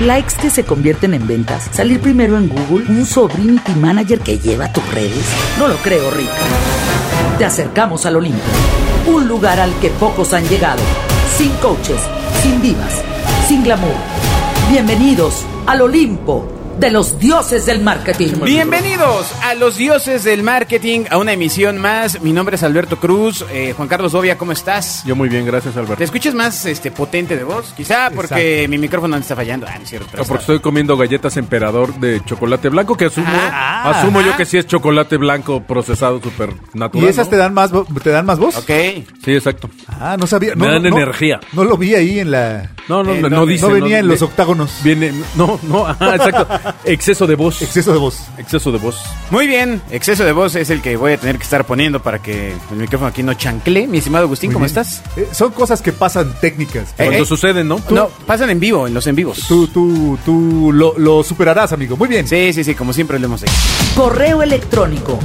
likes que se convierten en ventas, salir primero en Google, un sobrinity manager que lleva tus redes. No lo creo, Rick. Te acercamos al Olimpo, un lugar al que pocos han llegado, sin coaches, sin divas, sin glamour. Bienvenidos al Olimpo de los dioses del marketing. Bienvenidos a los dioses del marketing, a una emisión más. Mi nombre es Alberto Cruz. Eh, Juan Carlos Bobia, ¿cómo estás? Yo muy bien, gracias ¿Te Alberto. escuchas más este, potente de voz? Quizá porque mi micrófono está fallando. Ah, no es cierto. pero O porque está- estoy comiendo galletas emperador de chocolate blanco, que asumo, Ah, asumo ajá. yo que sí es chocolate blanco procesado super natural. ¿Y esas te dan más vo- te dan más voz? Ok. Sí, exacto. Ah, no sabía. Me no, dan no, no. energía. No lo vi ahí en la. No, no, Eh, no, no, no dice. no venía en los de- octágonos. Viene, no, no, ajá, exacto. Exceso de voz. Exceso de voz. Exceso de voz. Muy bien, exceso de voz es el que voy a tener que estar poniendo para que el micrófono aquí no chancle. Mi estimado Agustín, Muy ¿cómo bien. estás? Eh, son cosas que pasan técnicas. Eh, Cuando eh. sucede, ¿no? No, pasan en vivo, en los en vivos. Tú, tú, tú lo, lo superarás, amigo. Muy bien. Sí, sí, sí, como siempre lo hemos hecho. Correo electrónico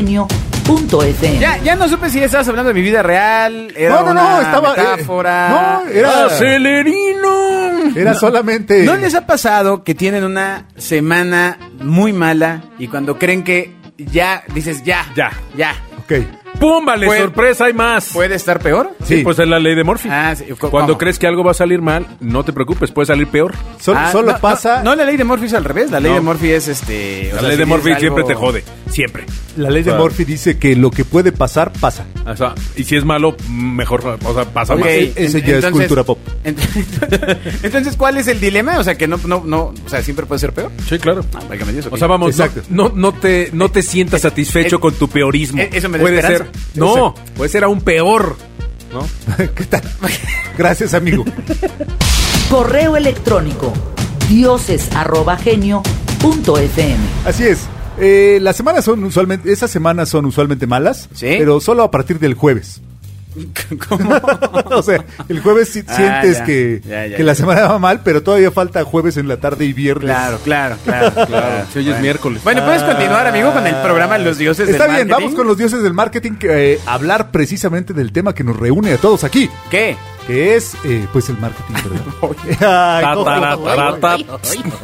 dioses@genio.fm. Ya, ya no supe si estabas hablando de mi vida real, era No, no, una no, estaba, eh, metáfora. Ah, no, era- ¡Acelerino! Era solamente. ¿No les ha pasado que tienen una semana muy mala y cuando creen que ya, dices ya, Ya. ya, Ok. ¡Pum! Vale, Fue- sorpresa, hay más. puede estar peor? Sí. Pues es la ley de Murphy. Ah, sí, ¿cómo? Cuando crees que algo va a salir mal, no te preocupes, puede salir peor. Sol- Ah, solo no, pasa. No, no, la ley de Murphy es al revés, la ley No. de Murphy es este... o La sea, ley si de Murphy dices siempre algo- te jode. Siempre. La ley de Claro. Murphy dice que lo que puede pasar, pasa. O sea, y si es malo, mejor, o sea, pasa Ok, más. e- ese en- ya es cultura pop. ent- Entonces, ¿cuál es el dilema? O sea, que no, no, no, o sea, siempre puede ser peor. Sí, claro. Ah, válgame Dios, ok. O sea, vamos, no- Exacto. no, no, te, no te sientas satisfecho eh, con tu peorismo. eh, eso me da puede ser. esperanza. No, puede ser aún peor. ¿no? ¿Qué tal? Gracias, amigo. Correo electrónico dioses@genio.fm. Así es. Eh, las semanas son usualmente, esas semanas son usualmente malas, Sí. pero solo a partir del jueves. ¿Cómo? o sea, el jueves si- Ah, sientes ya. que, Ya, ya, que ya. la semana va mal, pero todavía falta jueves en la tarde y viernes. Claro, claro, claro, claro. Si hoy es miércoles. Bueno, puedes continuar, amigo, con el Ah. programa Los Dioses Está del bien, Marketing? vamos con los dioses del marketing que, eh, a hablar precisamente del tema que nos reúne a todos aquí, ¿Qué? que es eh, pues el marketing, ¿verdad? Ay, no, Tataratarata.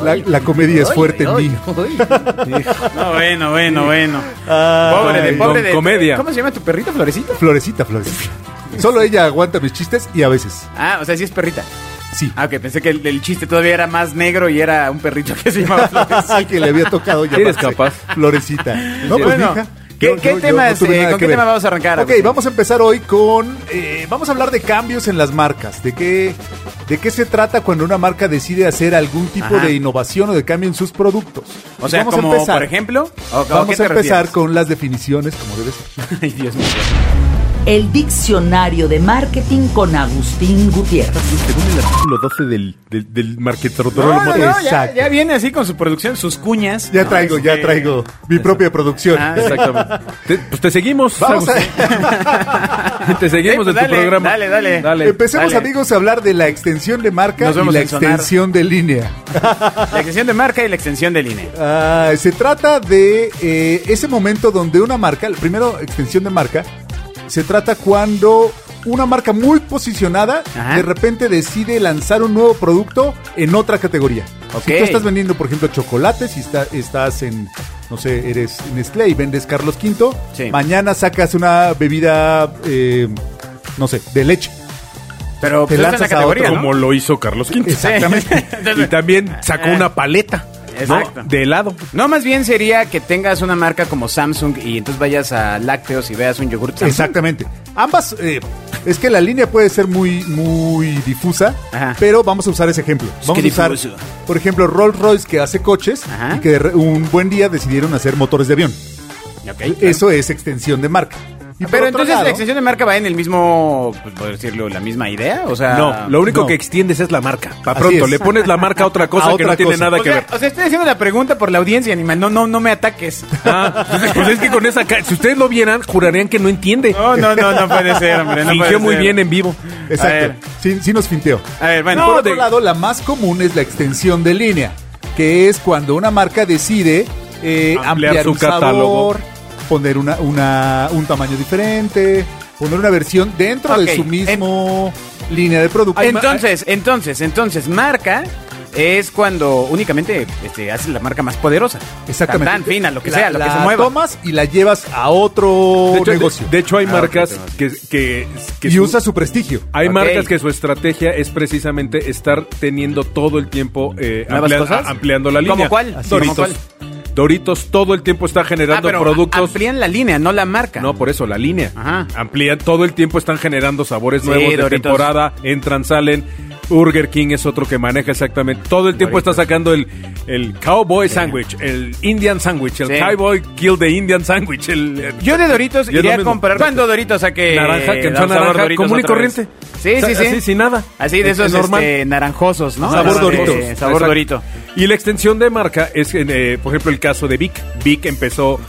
la, la comedia es fuerte en mí. No, bueno, bueno, bueno. Pobre de Ay, pobre don de comedia. ¿Cómo se llama tu perrito, Florecito? Ah, Florecita, florecita. Solo ella aguanta mis chistes y a veces. Ah, o sea, sí es perrita. Sí. Ah, ok, pensé que el, el chiste todavía era más negro y era un perrito que se llamaba Florecito. que le había tocado ya. Eres capaz. Florecita. No, pues, Bueno, mija, ¿qué- qué temas, tuve eh, nada con que qué ver. tema vamos a arrancar, Ok, Agustín? vamos a empezar hoy con... eh, vamos a hablar de cambios en las marcas. De qué, de qué se trata cuando una marca decide hacer algún tipo Ajá. de innovación o de cambio en sus productos. O Y sea, vamos a como empezar- por ejemplo. ¿o- o qué Vamos te a empezar refieres? con las definiciones, como debe ser. Ay, Dios mío. El diccionario de marketing con Agustín Gutiérrez. Según el artículo 12 del, del, del No, no, no, marketrotrólogo. ya, Exacto. ya viene así con su producción, sus cuñas. Ya No, traigo, este- ya traigo mi propia producción. Ah, Exactamente. Te- pues te seguimos. Vamos a- Te seguimos Sí, pues en tu dale, programa. dale, dale. Empecemos, dale. amigos, a hablar de la extensión de marca Nos y vemos la en Sonar. extensión de línea. La extensión de marca y la extensión de línea. Ah, se trata de eh, ese momento donde una marca, el primero extensión de marca, se trata cuando una marca muy posicionada Ajá. de repente decide lanzar un nuevo producto en otra categoría. Ok. Si tú estás vendiendo, por ejemplo, chocolates y está- estás en, no sé, eres Nestlé y vendes Carlos V, Sí. mañana sacas una bebida, eh, no sé, de leche. Pero pues, esta Te es la lanzas a categoría, otro ¿no? Como lo hizo Carlos V. Exactamente. Y también sacó una paleta ¿no? eh, Exacto. de helado. No, más bien sería que tengas una marca como Samsung y entonces vayas a lácteos y veas un yogur Samsung. Exactamente. Ambas, eh, es que la línea puede ser muy, muy difusa, Ajá. pero vamos a usar ese ejemplo. Vamos que a usar, difuso. por ejemplo, Rolls Royce que hace coches Ajá. y que de re- un buen día decidieron hacer motores de avión. Ok, Eso es extensión de marca. Y por Pero otro entonces la lado- extensión de marca va en el mismo, pues, por decirlo, la misma idea, o sea... no, lo único no. que extiendes es la marca. Para Así pronto, es. le pones la marca a otra cosa A que otra no tiene cosa. nada o que ver. sea, o sea, estoy haciendo la pregunta por la audiencia, animal. No, no, no me ataques. Ah, pues es que con esa cara, si ustedes lo vieran, jurarían que no entiende. No, no, no, no puede ser, hombre. no puede Fingió muy ser. bien en vivo. A ver. Exacto. Sí, sí nos finteó. A ver, bueno. por No, otro de- lado, la más común es la extensión de línea, que es cuando una marca decide eh, Ampliar ampliar, su un catálogo. sabor, poner una, una- un tamaño diferente, poner una versión dentro Ok, de su mismo línea de producto. Ah, Entonces, entonces, entonces, marca es cuando únicamente este, haces la marca más poderosa. Exactamente. Tan, tan fina, lo que La- sea, lo que la se mueva. tomas y la llevas a otro de hecho, negocio. de hecho, hay Ah, marcas ok, que, que, que y su- Ah, usa su prestigio. Hay Ok. marcas que su estrategia es precisamente estar teniendo todo el tiempo eh, ¿Nuevas amplia- cosas? a- ampliando la ¿Cómo línea. cuál? Así. ¿Cómo Doritos. Doritos todo el tiempo está Ah, generando pero productos. amplían la línea, no la marca. No, por eso, la línea. Ajá. Amplían, todo el tiempo están generando sabores Sí, nuevos de Doritos. temporada, entran, salen. Burger King es otro que maneja exactamente. Todo el tiempo Doritos. está sacando el, el Cowboy Sandwich, el Indian Sandwich, el Sí. Cowboy Kill the Indian Sandwich, el... el- Yo de Doritos Y es iría lo a mismo. comprar. ¿Cuándo Doritos saque Naranja, que da un son sabor naranja común y otra vez? corriente. Sí, O sea, sí, sí. así, sin nada. Así de Es- esos es normal. este, naranjosos, ¿no? Sabor Este, Doritos. sabor Exacto. Dorito. Y la extensión de marca es, en, eh, por ejemplo, el caso de Vic. Vic empezó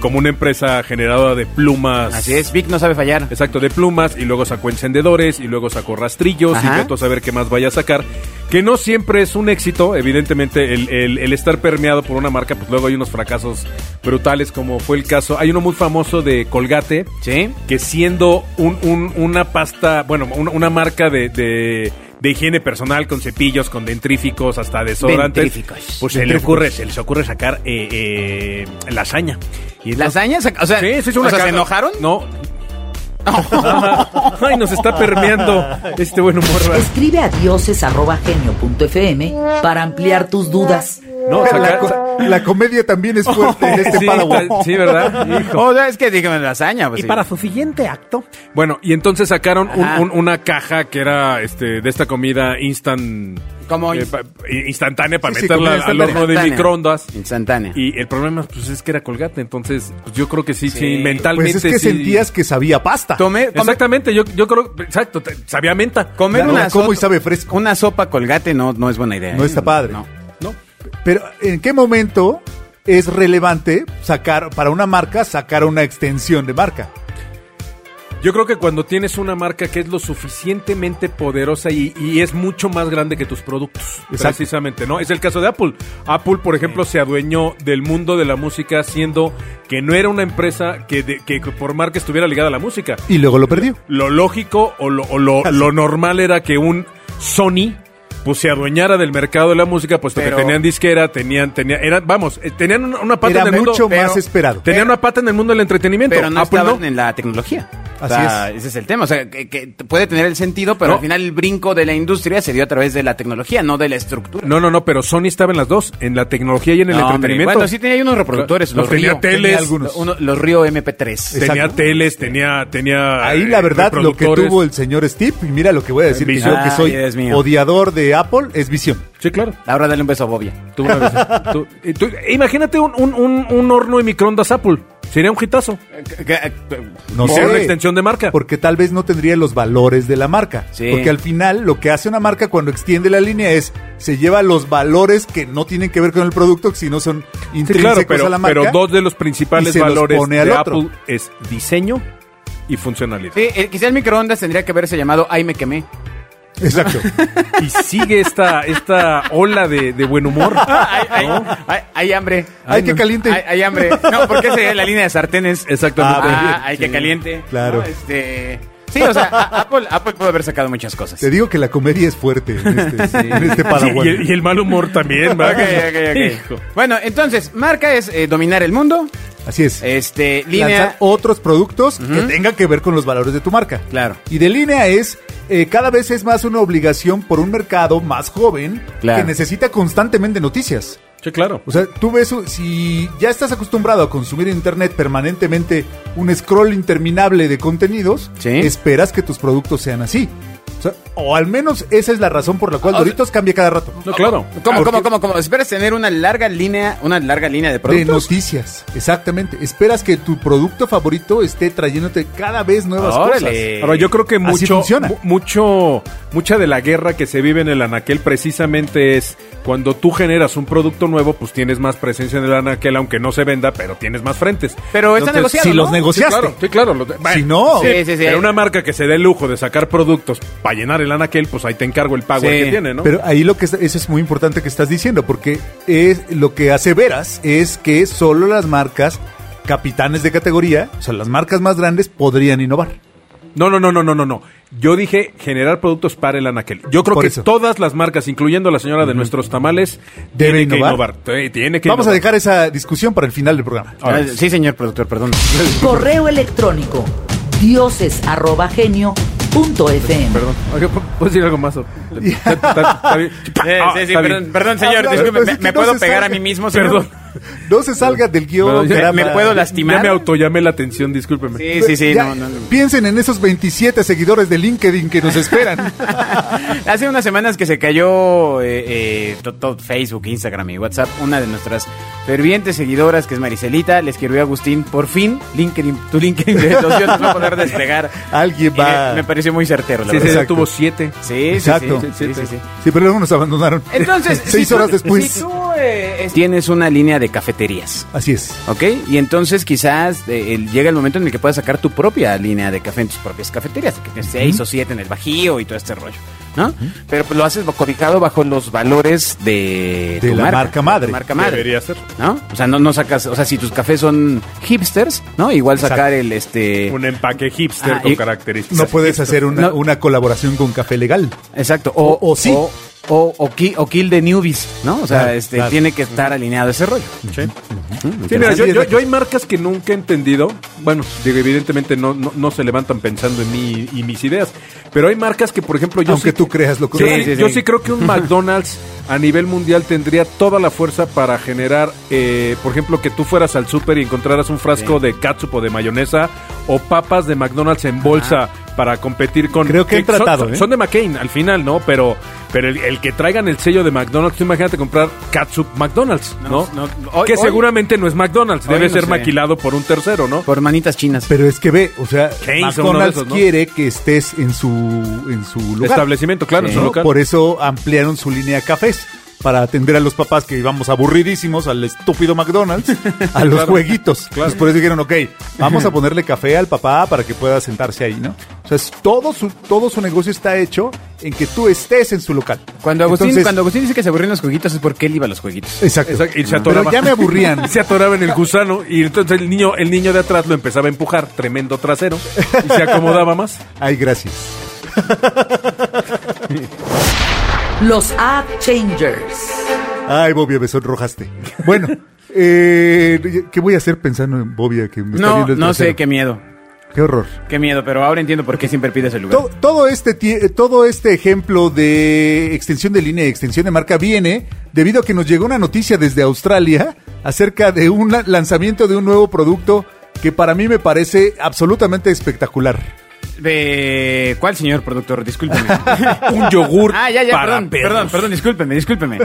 como una empresa generadora de plumas. Así es, Vic no sabe fallar. Exacto, de plumas, y luego sacó encendedores, y luego sacó rastrillos, Ajá. y vete a saber qué más vaya a sacar. Que no siempre es un éxito, evidentemente, el, el- el estar permeado por una marca, pues luego hay unos fracasos brutales, como fue el caso. Hay uno muy famoso de Colgate, Sí. que siendo un- un- una pasta, bueno, una, una marca de, de- de higiene personal con cepillos, con dentríficos, hasta desodorantes, Dentríficos. pues se le ocurre, se les ocurre sacar eh, eh, lasaña. Y entonces- ¿Lasañas? O sea, Sí, se hizo o una sea, ¿se caja. enojaron? No. Ay, nos está permeando este buen humor. ¿verdad? Escribe a dioses.genio.fm para ampliar tus dudas. No, la, sacar- co- la comedia también es fuerte en este sí, Padawan. tal- sí, ¿verdad? Hijo. O sea, es que dígame lasaña. Pues, sí. Oh, Ah. su siguiente acto. Bueno, y entonces sacaron un- Ajá. un- una caja que era este de esta comida instant. Como eh, in- pa- instantánea para Sí, sí, meterla comida al horno de instantánea. microondas. Instantánea. Y el problema pues, es que era colgate, entonces pues, yo creo que sí, sí, mentalmente. Pues es que sí. sentías que sabía pasta. Tomé, come- Exactamente, yo, yo creo. Exacto, te- sabía a menta. comer Claro, una como sopa. y sabe fresco. Una sopa colgate no, no es buena idea. No ¿eh? está padre. No. No. Pero ¿en qué momento es relevante sacar para una marca sacar una extensión de marca? Yo creo que cuando tienes una marca que es lo suficientemente poderosa y, y es mucho más grande que tus productos, Exacto. precisamente, ¿no? Es el caso de Apple. Apple, por ejemplo, se adueñó del mundo de la música siendo que no era una empresa que, de- que por marca estuviera ligada a la música. Y luego lo perdió. Lo lógico o lo, o lo- Así. lo normal era que un Sony pues se adueñara del mercado de la música, puesto Pero- que tenían disquera, tenían, tenían, era- vamos, eh, tenían una, una pata en Era el mundo. mucho pero- más esperado. Tenían una pata en el mundo del entretenimiento. Pero no Apple estaban en la tecnología. O Así sea, es. Ese es el tema. O sea, que, que puede tener el sentido, pero No. al final el brinco de la industria se dio a través de la tecnología, no de la estructura. No, no, no, pero Sony estaba en las dos, en la tecnología y en el No, hombre. entretenimiento. Bueno, sí tenía ahí unos reproductores. No, Los tenía Río. teles. Tenía algunos. uno- los Río MP3. Exacto. Tenía teles, tenía, tenía. Ahí eh, la verdad lo que reproductores. tuvo el señor Steve, y mira lo que voy a decir, que Visión. yo que Ay, Dios soy mío. odiador de Apple, es visión. Sí, claro. Ahora dale un beso a Bobia. Tuvo una vez- tú- y tú- imagínate un, un, un, un horno de microondas Apple. Sería un hitazo. No Y sé. sería una extensión de marca. Porque tal vez no tendría los valores de la marca. Sí. Porque al final lo que hace una marca cuando extiende la línea es se lleva los valores que no tienen que ver con el producto, sino son Sí, intrínsecos claro, a pero, la marca. pero dos de los y principales se los valores pone al de otro. Apple es diseño y funcionalidad. Sí, eh, quizá el microondas tendría que haberse llamado Ay me quemé. Exacto. Y sigue esta, esta ola de, de buen humor. Ay, ay, ¿no? ay, ay, hambre. Ay, que caliente. Ay, ay, hambre. No, porque sería la línea de sartenes. Exactamente. Ah, ay, que caliente. Claro. No, este, sí, o sea, a- Apple, Apple puede haber sacado muchas cosas. Te digo que la comedia es fuerte en este, en este Sí, Padawan. y, el, y el mal humor también. Ok, ¿va? ok, ok. Hijo. Bueno, entonces, marca es eh, dominar el mundo. Así es. Este, Lanzar línea. otros productos que tengan que ver con los valores de tu marca. Claro. Y de línea es, eh, cada vez es más una obligación por un mercado más joven Claro. que necesita constantemente noticias. Sí, claro. O sea, tú ves, si ya estás acostumbrado a consumir en internet permanentemente un scroll interminable de contenidos, Sí. esperas que tus productos sean así. O, sea, o al menos esa es la razón por la cual O- Doritos cambia cada rato. No, claro. ¿Cómo, Porque- cómo, cómo, cómo? Esperas tener una larga línea, una larga línea de De productos. noticias, exactamente. Esperas que tu producto favorito esté trayéndote cada vez nuevas Órale. Ahora, yo creo que Así mucho, funciona. mu- mucho, mucha de la guerra que se vive en el anaquel precisamente es cuando tú generas un producto nuevo, pues tienes más presencia en el anaquel, aunque no se venda, pero tienes más frentes. Pero está Entonces, negociado. si ¿no? los nego- negociaste. Sí, claro, sí, claro. lo- bueno, Si no- sí, Sí, sí, sí. pero una marca que se dé el lujo de sacar productos para llenar el anaquel, pues ahí te encargo el pago Sí. que tiene, ¿no? Pero ahí lo que es- eso es muy importante que estás diciendo, porque es lo que aseveras es que solo las marcas capitanes de categoría, o sea, las marcas más grandes podrían innovar. No, no, no, no, no, no, no. Yo dije generar productos para el anaquel. Yo creo Por que eso. todas las marcas, incluyendo la señora de nuestros tamales, tiene Debe innovar. que innovar. T- Tiene que Vamos a innovar. dejar esa discusión para el final del programa. Ah, sí, señor productor, perdón. Correo electrónico dioses@genio.fm. Perdón. Oye, ¿pu- ¿Puedo decir algo más? o- Está- está- está bien. Eh, Ah, sí, sí, está perdón, bien. perdón, Ah, señor, no, disculpe, pues me, es que me no puedo se pegar a sabe. mí mismo, señor. Perdón. No se salga del guión. Perdón, ya- caramba. me puedo las- ¿Lastimar? Ya me autollamé la atención, discúlpeme. Sí, sí, sí, Ya, no, no, no. Piensen en esos 27 seguidores de LinkedIn que nos esperan. Hace unas semanas que se cayó eh, eh, to- to- Facebook, Instagram y WhatsApp. Una de nuestras fervientes seguidoras, que es Maricelita, le escribió a Agustín, por fin, LinkedIn, tu LinkedIn de los dioses va a poder desplegar. Alguien Y va- Me, me pareció muy certero, la Sí, sí, verdad. ya Exacto. tuvo siete. Sí, sí, sí, Exacto. sí, sí, sí, sí. Sí, pero luego nos abandonaron. Entonces, seis si tú- horas después. si tú, eh, es- tienes una línea de cafeterías. Así es. ¿Ok? Y entonces quizás eh, el- llega el momento en el que puedas sacar tu propia línea de café en tus propias cafeterías, que tienes seis o siete en el Bajío y todo este rollo, ¿no? Pero pues, lo haces cobijado bajo los valores de, De tu la marca madre. tu marca madre, Debería ser. ¿no? O sea, no, no sacas, o sea, si tus cafés son hipsters, ¿no? Igual Exacto. sacar el, este... Un empaque hipster Ah, con y- características. No puedes hacer una, No. una colaboración con Café Legal. Exacto, o, O- o sí. O, o- o ki- o kill de newbies, ¿no? O sea, Claro, este, claro. tiene que estar alineado ese rollo. Sí, mira, yo, Interesante. yo- yo hay marcas que nunca he entendido. Bueno, digo, evidentemente no, no, no se levantan pensando en mí y mis ideas. Pero hay marcas que, por ejemplo, yo Aunque sí- tú creas lo Sí, contrario. sí, yo sí. sí creo que un McDonald's a nivel mundial tendría toda la fuerza para generar, eh, por ejemplo, que tú fueras al súper y encontraras un frasco de catsup o de mayonesa o papas de McDonald's en bolsa para competir con... Creo que han son- tratado, Son, ¿eh? son de McCain al final, ¿no? Pero, pero el, el que traigan el sello de McDonald's, tú imagínate comprar catsup McDonald's, No, ¿no? no, hoy- que hoy- seguramente no es McDonald's, hoy debe no ser sé. maquilado por un tercero, ¿no? Por manitas chinas. Pero es que ve, o sea, Keynes, uno de McDonald's esos, ¿no? quiere que estés en su, en su lugar. Establecimiento, claro, ¿no? en su local. Por eso ampliaron su línea de cafés. Para atender a los papás que íbamos aburridísimos al estúpido McDonald's, a los Claro, jueguitos. claro. Entonces, por eso dijeron, ok, vamos a ponerle café al papá para que pueda sentarse ahí, ¿no? O sea, es- todo su, todo su negocio está hecho en que tú estés en su local. Cuando Agustín, Entonces- cuando Agustín dice que se aburrían los jueguitos es porque él iba a los jueguitos. Exacto. Exacto, y se atoraba. Pero ya me aburrían. se atoraba en el gusano y entonces el niño, el niño de atrás lo empezaba a empujar, tremendo trasero, y se acomodaba más. Ay, gracias. Los App Changers. Ay, Bobia, me sonrojaste. Bueno, eh, ¿qué voy a hacer pensando en Bobia que me está No, viendo el no sé, trasero? qué miedo. Qué horror. Qué miedo, pero ahora entiendo por qué siempre pides el lugar. To- Todo, este, tie- todo este ejemplo de extensión de línea y extensión de marca viene debido a que nos llegó una noticia desde Australia acerca de un la- lanzamiento de un nuevo producto que para mí me parece absolutamente espectacular. De- ¿Cuál señor productor? Discúlpeme. Un yogur ah, ya, ya, para perdón, perros. perdón, perdón, discúlpeme, discúlpeme.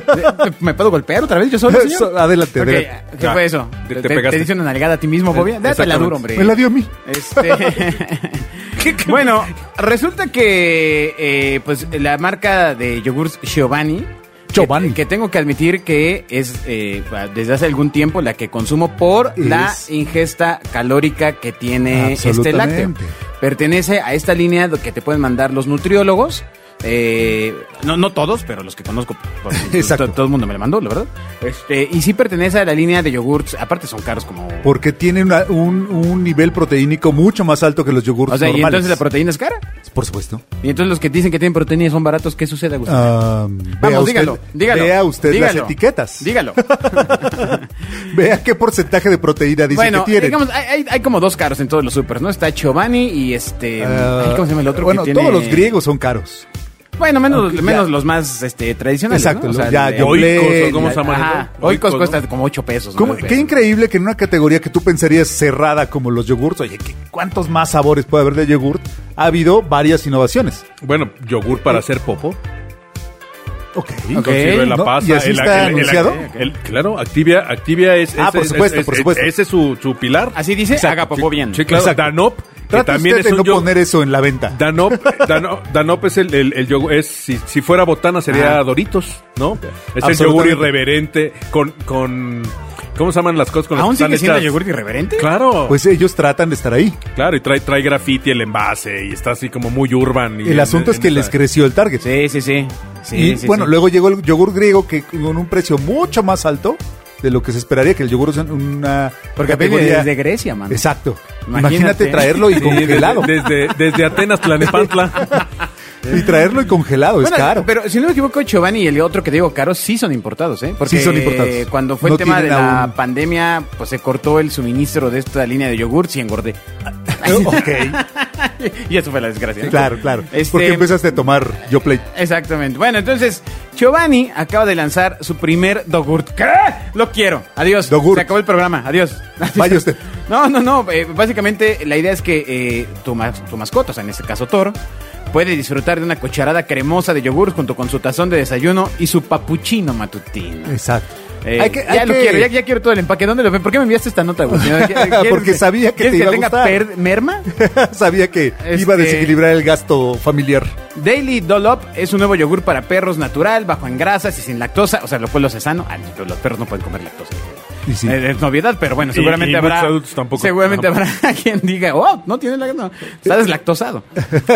¿Me puedo golpear otra vez yo solo, señor? So- adelante, Ok, adelante. ¿Qué Ya, fue eso? te- ¿Te, te pegaste. dice una nalgada a ti mismo, Bobia? Dátela Exactamente. duro, hombre. Me la dio a mí. Este... bueno, resulta que eh, pues la marca de yogurts Giovanni Giovanni. Que, que tengo que admitir que es eh, desde hace algún tiempo la que consumo por la Es- ingesta calórica que tiene este lácteo. Absolutamente. Pertenece a esta línea do- que te pueden mandar los nutriólogos. eh, no, no todos, pero los que conozco, por- Exacto. to- todo el mundo me la mandó, la verdad. Este, y sí pertenece a la línea de yogurts, aparte son caros como... Porque tiene una- un, un nivel proteínico mucho más alto que los yogurts o sea, y normales. entonces la proteína es cara. Por supuesto. Y entonces los que dicen que tienen proteínas son baratos, ¿qué sucede, Agustín? Ah, vea Vamos, usted- dígalo, dígalo. Vea usted las dígalo, etiquetas. Dígalo. Vea qué porcentaje de proteína dice bueno, que tiene. digamos, hay, hay- hay como dos caros en todos los supers, ¿no? Está Giovanni y este... Ah, ay, ¿Cómo se llama el otro? que Bueno, tiene- todos los griegos son caros. Bueno, menos, Aunque menos ya- los más este, tradicionales, Exacto, ¿no? los- ya, de- yo- Oikos, ¿o ¿cómo Ajá, se llaman? ¿no? Oikos ¿no? cuesta como 8 pesos. ¿Cómo- nueve qué pesos. increíble que en una categoría que tú pensarías cerrada como los yogurts, oye, ¿qué- ¿cuántos más sabores puede haber de yogurt? Ha habido varias innovaciones. Bueno, yogur para hacer popo. Ok. Ok. Con sirve la ¿No? pasa. ¿Y así está anunciado? el- claro, Activia, Activia es... Ah, es- por es- supuesto, es- por es- supuesto. Ese es su, su pilar. Así dice, Exacto. haga popó Sí, bien. Sí, claro. Exacto. Danop, que Trata también usted es de un no yogur- poner eso en la venta. Danop, Danop, Danop es el, el, el yogur, es, si, si fuera botana sería Ah. Doritos, ¿no? Es el Absolutamente. yogur irreverente con, con... ¿Cómo se llaman las cosas con las ¿Aún que están sigue siendo hechas? yogur irreverente? Claro, Pues ellos tratan de estar ahí. claro, y trae, trae graffiti el envase y está así como muy urban. y El en- asunto es en que esa- les creció el target. Sí, sí, sí. sí, y sí, bueno, sí. luego llegó el yogur griego que con un precio mucho más alto de lo que se esperaría que el yogur es una Porque viene categoría- desde Grecia, man. Exacto. Imagínate, traerlo y Sí, congelado. desde, desde, desde Atenas, Tlanepantla. Y traerlo y congelado Bueno, es Pues caro. Pero si no me equivoco, Giovanni y el otro que te digo caro sí son importados, ¿eh? Porque Sí son importados. eh, cuando fue No el tema de tienen la aún- pandemia, pues se cortó el suministro de esta línea de yogurts y engordé. ok, y eso fue la desgracia. ¿no? claro, claro. Este- Porque empezaste a tomar yo play. Exactamente. Bueno, entonces, Giovanni acaba de lanzar su primer Dogurt. ¿Qué? Lo quiero. Adiós. Dogurt. Se acabó el programa. Adiós. Vaya usted. No, no, no. Eh, básicamente, la idea es que eh, tu, mas- tu mascota, o sea, en este caso Toro, puede disfrutar de una cucharada cremosa de yogur junto con su tazón de desayuno y su papuchino matutino. Exacto. Eh, ya lo quiero, ya, ya quiero todo el empaque. ¿Dónde lo ven? ¿Por qué me enviaste esta nota, güey? ¿Quieres- Porque sabía que ¿quieres te iba a tenga gustar. per- merma? Sabía que iba a Este- desequilibrar el gasto familiar. Daily Dollop es un nuevo yogur para perros natural, bajo en grasas y sin lactosa, o sea, lo cual los es sano. Ah, no, los perros no pueden comer lactosa. Y sí. Eh, Es novedad, pero bueno, Y- seguramente y muchos habrá. adultos tampoco. Seguramente Ajá. habrá quien diga, oh, no tiene lactosa. Está deslactosado.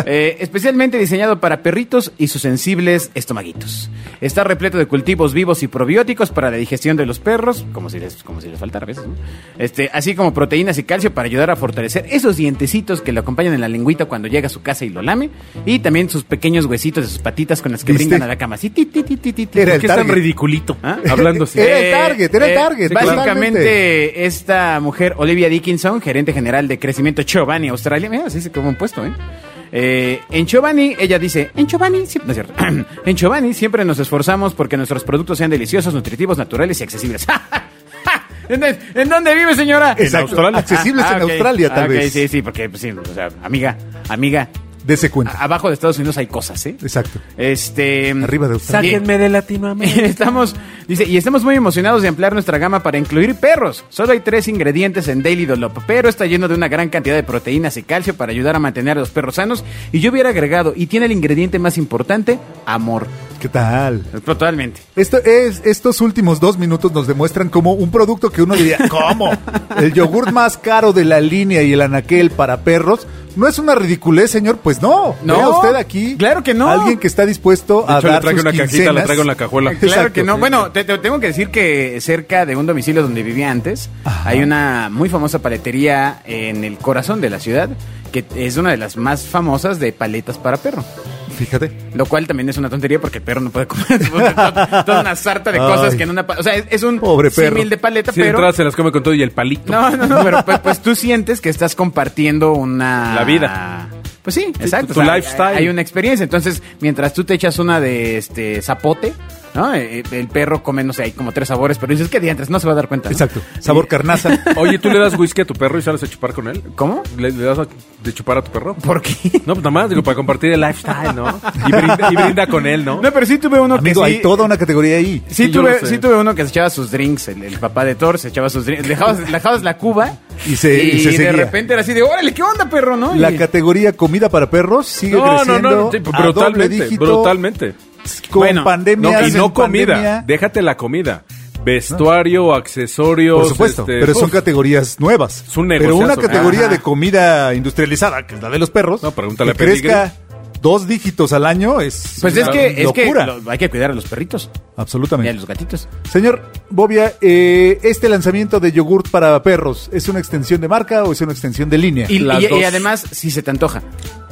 Eh, especialmente diseñado para perritos y sus sensibles estomaguitos. Está repleto de cultivos vivos y probióticos para la digestión de los perros, como si les, como si les faltara a veces, ¿no? Este, así como proteínas y calcio para ayudar a fortalecer esos dientecitos que lo acompañan en la lengüita cuando llega a su casa y lo lame. Y también sus pequeños huesitos de sus patitas con las que ¿Viste? brindan a la cama. Así, ti, ti, ti, ti, ti, ti. Era ¿Por el qué es tan target. Eh, ridiculito? ¿Ah? Hablando así. Era el target, era el target, sí, claro. Eh, básicamente, totalmente. esta mujer, Olivia Dickinson, gerente general de crecimiento Chobani Australia. Mira, así se como un puesto, ¿eh? Eh, en Chobani, ella dice, en Chobani, sie- no es cierto. en Chobani siempre nos esforzamos porque nuestros productos sean deliciosos, nutritivos, naturales y accesibles. ¿En, en dónde vive, señora? Exacto. Australia. Accesibles en ok. Australia, tal Ah, ok, vez. Sí, sí, porque, pues, sí, o sea, amiga, amiga, Dese cuenta. a- abajo de Estados Unidos hay cosas, ¿eh? Exacto. Este. Arriba de Australia. Bien. Sáquenme de Latinoamérica. Estamos, dice, y estamos muy emocionados de ampliar nuestra gama para incluir perros. Solo hay tres ingredientes en Daily Dollop, pero está lleno de una gran cantidad de proteínas y calcio para ayudar a mantener a los perros sanos. Y yo hubiera agregado, y tiene el ingrediente más importante, amor. ¿Qué tal? Totalmente. Esto es, estos últimos dos minutos nos demuestran como un producto que uno diría, ¿cómo? El yogur más caro de la línea y el anaquel para perros no es una ridiculez, señor. Pues no. No, Vea usted aquí. claro que no. Alguien que está dispuesto De a hecho, le dar traigo sus una cajita, la quincenas. traigo en la cajuela. Claro Exacto. que no. Sí. Bueno, te, te- tengo que decir que cerca de un domicilio donde vivía antes hay una muy famosa paletería en el corazón de la ciudad que es una de las más famosas de paletas para perro. Fíjate. Lo cual también es una tontería porque el perro no puede comer toda toda una sarta de cosas Ay. que en una... pa- O sea, es, es un Pobre perro. símil de paleta, Si pero... entras, se las come con todo y el palito. No, no, no, pero pues, pues tú sientes que estás compartiendo una... La vida. Pues sí, exacto. tu hay- lifestyle. Hay una experiencia. Entonces, mientras tú te echas una de este zapote, ¿no? Eh, El perro come, no sé, hay como tres sabores, pero dices, ¿qué diantres? No se va a dar cuenta. ¿no? Exacto. Sabor carnaza. Oye, ¿tú le das whisky a tu perro y sales a chupar con él? ¿Cómo? ¿Le, le das a- de chupar a tu perro? ¿Por qué? No, pues nada más, digo, para compartir el lifestyle, ¿no? Y brinda, y brinda con él, ¿no? No, pero sí tuve uno Amigo, que sí- hay toda una categoría ahí. Sí, Sí, yo lo tuve, sé. sí tuve uno que se echaba sus drinks, el, el papá de Thor se echaba sus drinks, dejabas, dejabas la cuba Y se- y se de seguía. repente era así de, órale, ¿qué onda, perro, no? La Y- categoría comida para perros sigue No, no, creciendo. no, sí, a doble brutalmente, dígito, brutalmente. Con Bueno, pandemia, No, y sin no comida, pandemia. déjate la comida. Vestuario, accesorios. Por supuesto, este, pero son uf, categorías nuevas. Es un pero una negociazo. categoría Ajá. de comida industrializada, que es la de los perros, No, pregúntale que a Pedigrí. crezca dos dígitos al año es Pues es una que, es que locura. lo- hay que cuidar a los perritos y a Absolutamente. los gatitos. Señor Bobia, eh, este lanzamiento de yogurt para perros, ¿es una extensión de marca o es una extensión de línea? Y, Las y- y dos. además, si se te antoja.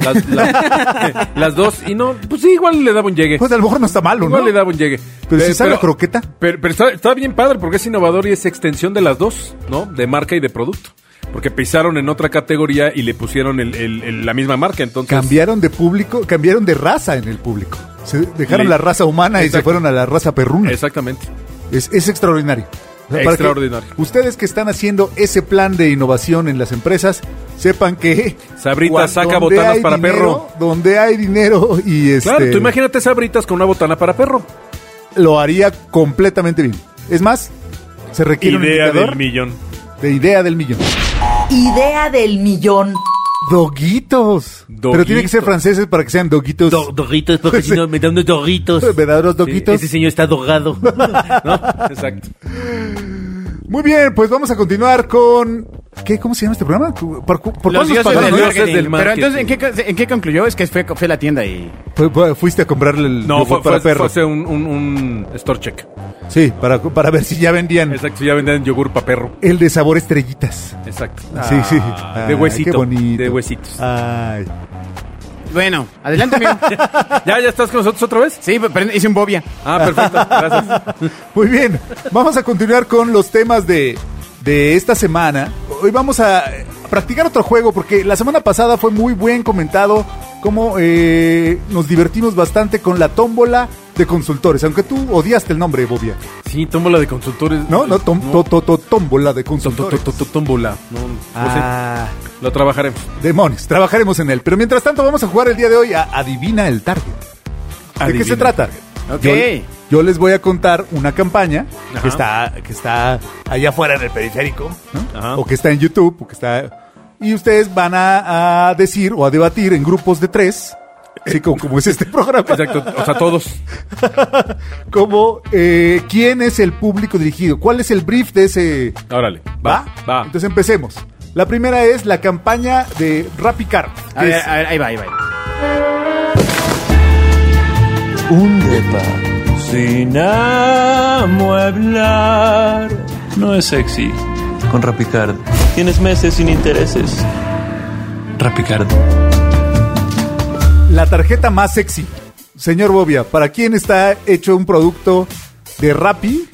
Las, la- las dos, y no, pues sí, igual le daba un llegue. Pues a lo mejor no está malo, ¿no? igual le daba un llegue. Pero si sabe a croqueta. Pero, pero está, está bien padre porque es innovador y es extensión de las dos, ¿no? De marca y de producto. Porque pisaron en otra categoría y le pusieron el- el- el- la misma marca, entonces. Cambiaron de público, cambiaron de raza en el público. Se dejaron Le- la raza humana y se Exacto. fueron a la raza perruna. Exactamente. Es, es extraordinario. O sea, para que Extraordinario. ustedes que están haciendo ese plan de innovación en las empresas, sepan que. Sabrita cuan- saca donde botanas hay para dinero- perro. Donde hay dinero y este. Claro, tú imagínate sabritas con una botana para perro. Lo haría completamente bien. Es más, se requiere un indicador millón. de idea del millón. Idea del millón. Doguitos. Pero tiene que ser Doguitos. franceses para que sean doguitos. Do- Dorritos, porque si no me dan unos dorritos. Verdaderos doguitos. Ese señor está dogado. ¿No? Exacto. Muy bien, pues vamos a continuar con. ¿Qué? ¿Cómo se llama este programa? ¿Por, por Los cuántos dioses pasaron? del Los dioses marketing. del Pero entonces, ¿en marketing. qué, ¿en qué concluyó? Es que fue, fue a la tienda y... Fu- fu- Fuiste a comprarle el No, yogur fue, para fue, fue perros. hacer un, un, un store check. Sí, para, para ver si ya vendían Exacto, ya venden yogur para perro. el de sabor estrellitas. Exacto. sí, sí. Ah, Ay, de huesito. Qué bonito. De huesitos. Ay. Bueno, adelante, amigo. ¿Ya, ya estás con nosotros otra vez? Sí, pero hice un bobia. Ah, perfecto. Gracias. Muy bien, vamos a continuar con los temas de, de esta semana. Hoy vamos a eh, practicar otro juego porque la semana pasada fue muy buen comentado cómo eh, nos divertimos bastante con la tómbola de consultores, aunque tú odiaste el nombre, Bobia. Sí, tómbola de consultores. No, no, tom- to- to- to- tómbola de Tó- tó- consultores. tó- tó- Tómbola. No, no sé. Ah, Lo trabajaremos. demonios, trabajaremos en él. Pero mientras tanto vamos a jugar el día de hoy a Adivina el Target. ¿De qué Adivina se el trata? Ok. Yo, yo les voy a contar una campaña Ajá. que está, que está allá afuera en el periférico, ¿no? Ajá. o que está en YouTube, o que está... Y ustedes van a, a decir o a debatir en grupos de tres, así como, como es este programa, Exacto. O sea, todos. como eh, quién es el público dirigido, cuál es el brief de ese... Órale. ¿Va? Va. Entonces empecemos. La primera es la campaña de Rapicar. A ver, a ver, ahí va, ahí va. un depa sin amueblar. No es sexy. Con Rapicard. Tienes meses sin intereses. Rapicard. La tarjeta más sexy. Señor Bobia, ¿para quién está hecho un producto de Rappi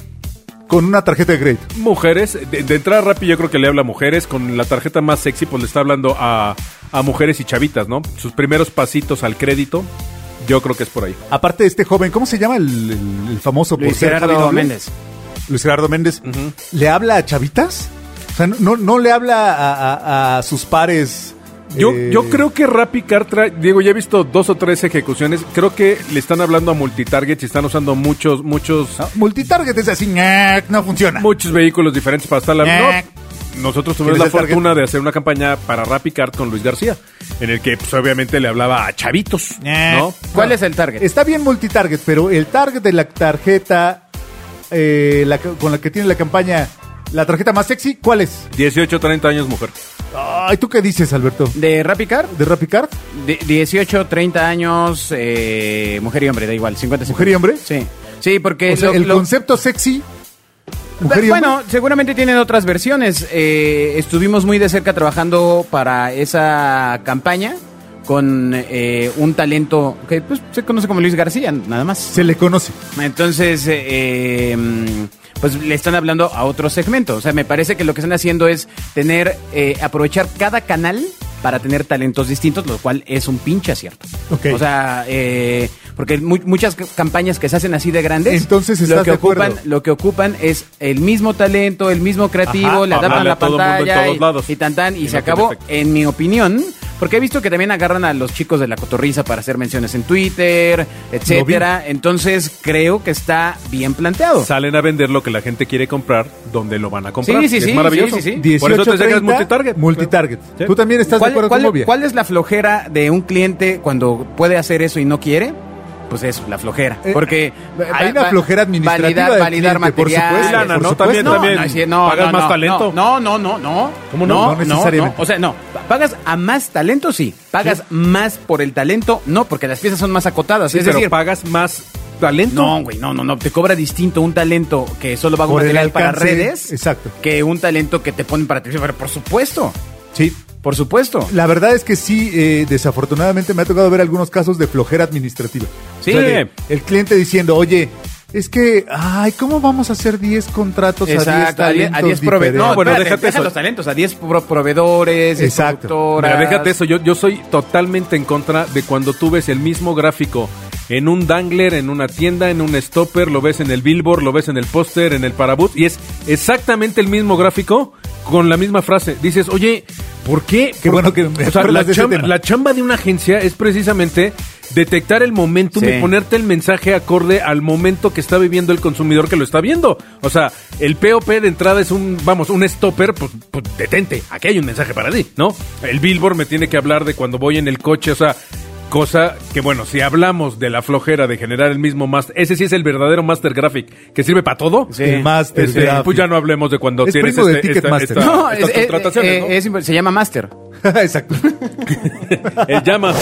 con una tarjeta de crédito? Mujeres, de, de entrada Rappi yo creo que le habla a mujeres, con la tarjeta más sexy pues le está hablando a, a mujeres y chavitas, ¿no? Sus primeros pasitos al crédito, yo creo que es por ahí. Aparte de este joven, ¿cómo se llama el, el- el famoso Luis Gerardo Javi Noble? Méndez. Luis Gerardo Méndez. ¿Le habla a chavitas? O sea, no, no, no le habla a, a- a sus pares. Yo, eh, yo creo que Rappi Cartra, Diego, ya he visto dos o tres ejecuciones, creo que le están hablando a multitargets y están usando muchos, muchos, ¿no? Multitarget es así, ñac, no funciona. muchos vehículos diferentes para estar la... Eh. No, nosotros tuvimos ¿Quién la es el target? fortuna de hacer una campaña para Rappi Cart con Luis García, en el que pues obviamente le hablaba a chavitos, Eh. ¿no? ¿Cuál es el target? Está bien multitarget, pero el target de la tarjeta eh, la que- con la que tiene la campaña, la tarjeta más sexy, ¿cuál es? 18, 30 años mujer. Ay, ¿tú qué dices, Alberto? De Rapicar, ¿De Rapicar? de 18, 30 años, eh, mujer y hombre, da igual, 50, 50. ¿Mujer y hombre? Sí. Sí, porque O sea, Eh, lo- el lo- concepto sexy. Mujer y bueno, hombre. seguramente tienen otras versiones. Eh, estuvimos muy de cerca trabajando para esa campaña con eh, un talento que pues, se conoce como Luis García, nada más. se le conoce. Entonces, eh, eh, mm, pues le están hablando a otro segmento. O sea, me parece que lo que están haciendo es tener, eh, aprovechar cada canal para tener talentos distintos, lo cual es un pinche acierto. Ok. O sea, eh, porque mu- muchas ca- campañas que se hacen así de grandes, Entonces, lo ¿estás que de acuerdo? ocupan, lo que ocupan es el mismo talento, el mismo creativo, Ajá, le adaptan hablarle la a todo mundo en pantalla todos y- lados. y, tan tan y, Y se no tiene acabó. efecto. En mi opinión, porque he visto que también agarran a los chicos de la cotorriza para hacer menciones en Twitter, etcétera. Entonces creo que está bien planteado. Salen a vender lo que la gente quiere comprar, donde lo van a comprar. Sí, sí, es sí, maravilloso. sí, sí, sí. Por eso te sacas 18-30, multitarget. Multitarget. Sí. ¿Tú también estás de ¿Cuál, acuerdo cuál- con Bobia? cuál es la flojera de un cliente cuando puede hacer eso y no quiere? Pues eso, la flojera. Eh, Porque hay va- una va- flojera administrativa Validar, del validar cliente, por materiales, supuesto, Lana, por ¿no? supuesto. También- también es que no, pagas no, más no, talento. No, no, no, no. ¿Cómo no? No necesariamente. no. O sea, no. Pagas a más talento, sí. Pagas más por el talento, no, porque las piezas son más acotadas. Sí, es pero decir, pagas más talento. No, güey, no, no, no. Te cobra distinto un talento que solo va con Por el material para alcance, redes. exacto. Que un talento que te ponen para televisión. Pero por supuesto, Sí. por supuesto. La verdad es que sí, eh, desafortunadamente me ha tocado ver algunos casos de flojera administrativa. Sí. de- el cliente diciendo, oye, es que, ay, ¿cómo vamos a hacer 10 contratos Exacto, a a 10 die- a 10 proveedores. talentos diferentes? No, bueno, bueno, déjate déjate eso. los talentos, a 10 pro- proveedores, Exacto. exacto. Mira, déjate eso. Yo, yo soy totalmente en contra de cuando tú ves el mismo gráfico en un dangler, en una tienda, en un stopper, lo ves en el billboard, lo ves en el póster, en el parabús, y es exactamente el mismo gráfico con la misma frase. Dices, oye, ¿por qué? Qué ¿Por- bueno que me O sea, acuerdas la, de ese chamba, tema. la chamba de una agencia es precisamente detectar el momentum Sí. y ponerte el mensaje acorde al momento que está viviendo el consumidor que lo está viendo. O sea, el POP de entrada es un, vamos, un stopper, pues, pues, detente, aquí hay un mensaje para ti, ¿no? El billboard me tiene que hablar de cuando voy en el coche, o sea, Cosa que, bueno, si hablamos de la flojera de generar el mismo master, ese sí es el verdadero master graphic, que sirve para todo. Sí. El Master Este, Graphic. pues ya no hablemos de cuando Es tienes primo de este, esta, Ticketmaster. esta- No, es- estas eh, contrataciones, eh, ¿no? es imp- se llama Master. Exacto. eh. El llama.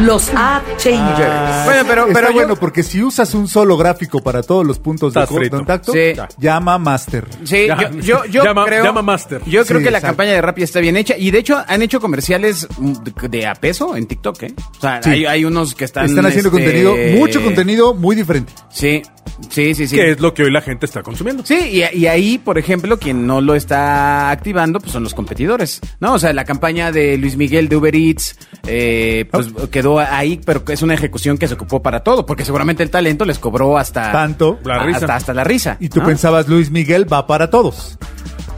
Los App Changers. Ah, bueno, pero, Está pero yo- bueno, porque si usas un solo gráfico para todos los puntos de Estás frito. contacto, Sí. llama Master. Sí, Ya. yo, yo, yo Llama- creo. llama Master. Yo creo Sí, que la exacto. campaña de Rappi está bien hecha. Y de hecho, han hecho comerciales mm, de a peso en TikTok, ¿eh? O sea, Sí. hay, hay unos que están. Están haciendo este, contenido, mucho contenido, muy diferente. Sí, sí, sí, sí. Que es lo que hoy la gente está consumiendo. Sí, y, y ahí, por ejemplo, quien no lo está activando, pues son los competidores, ¿no? O sea, la campaña de Luis Miguel de Uber Eats, eh, pues quedó ahí, pero es una ejecución que se ocupó para todo, porque seguramente el talento les cobró hasta... Tanto. La a- risa. Hasta, hasta la risa. Y tú ¿no? pensabas, Luis Miguel va para todos.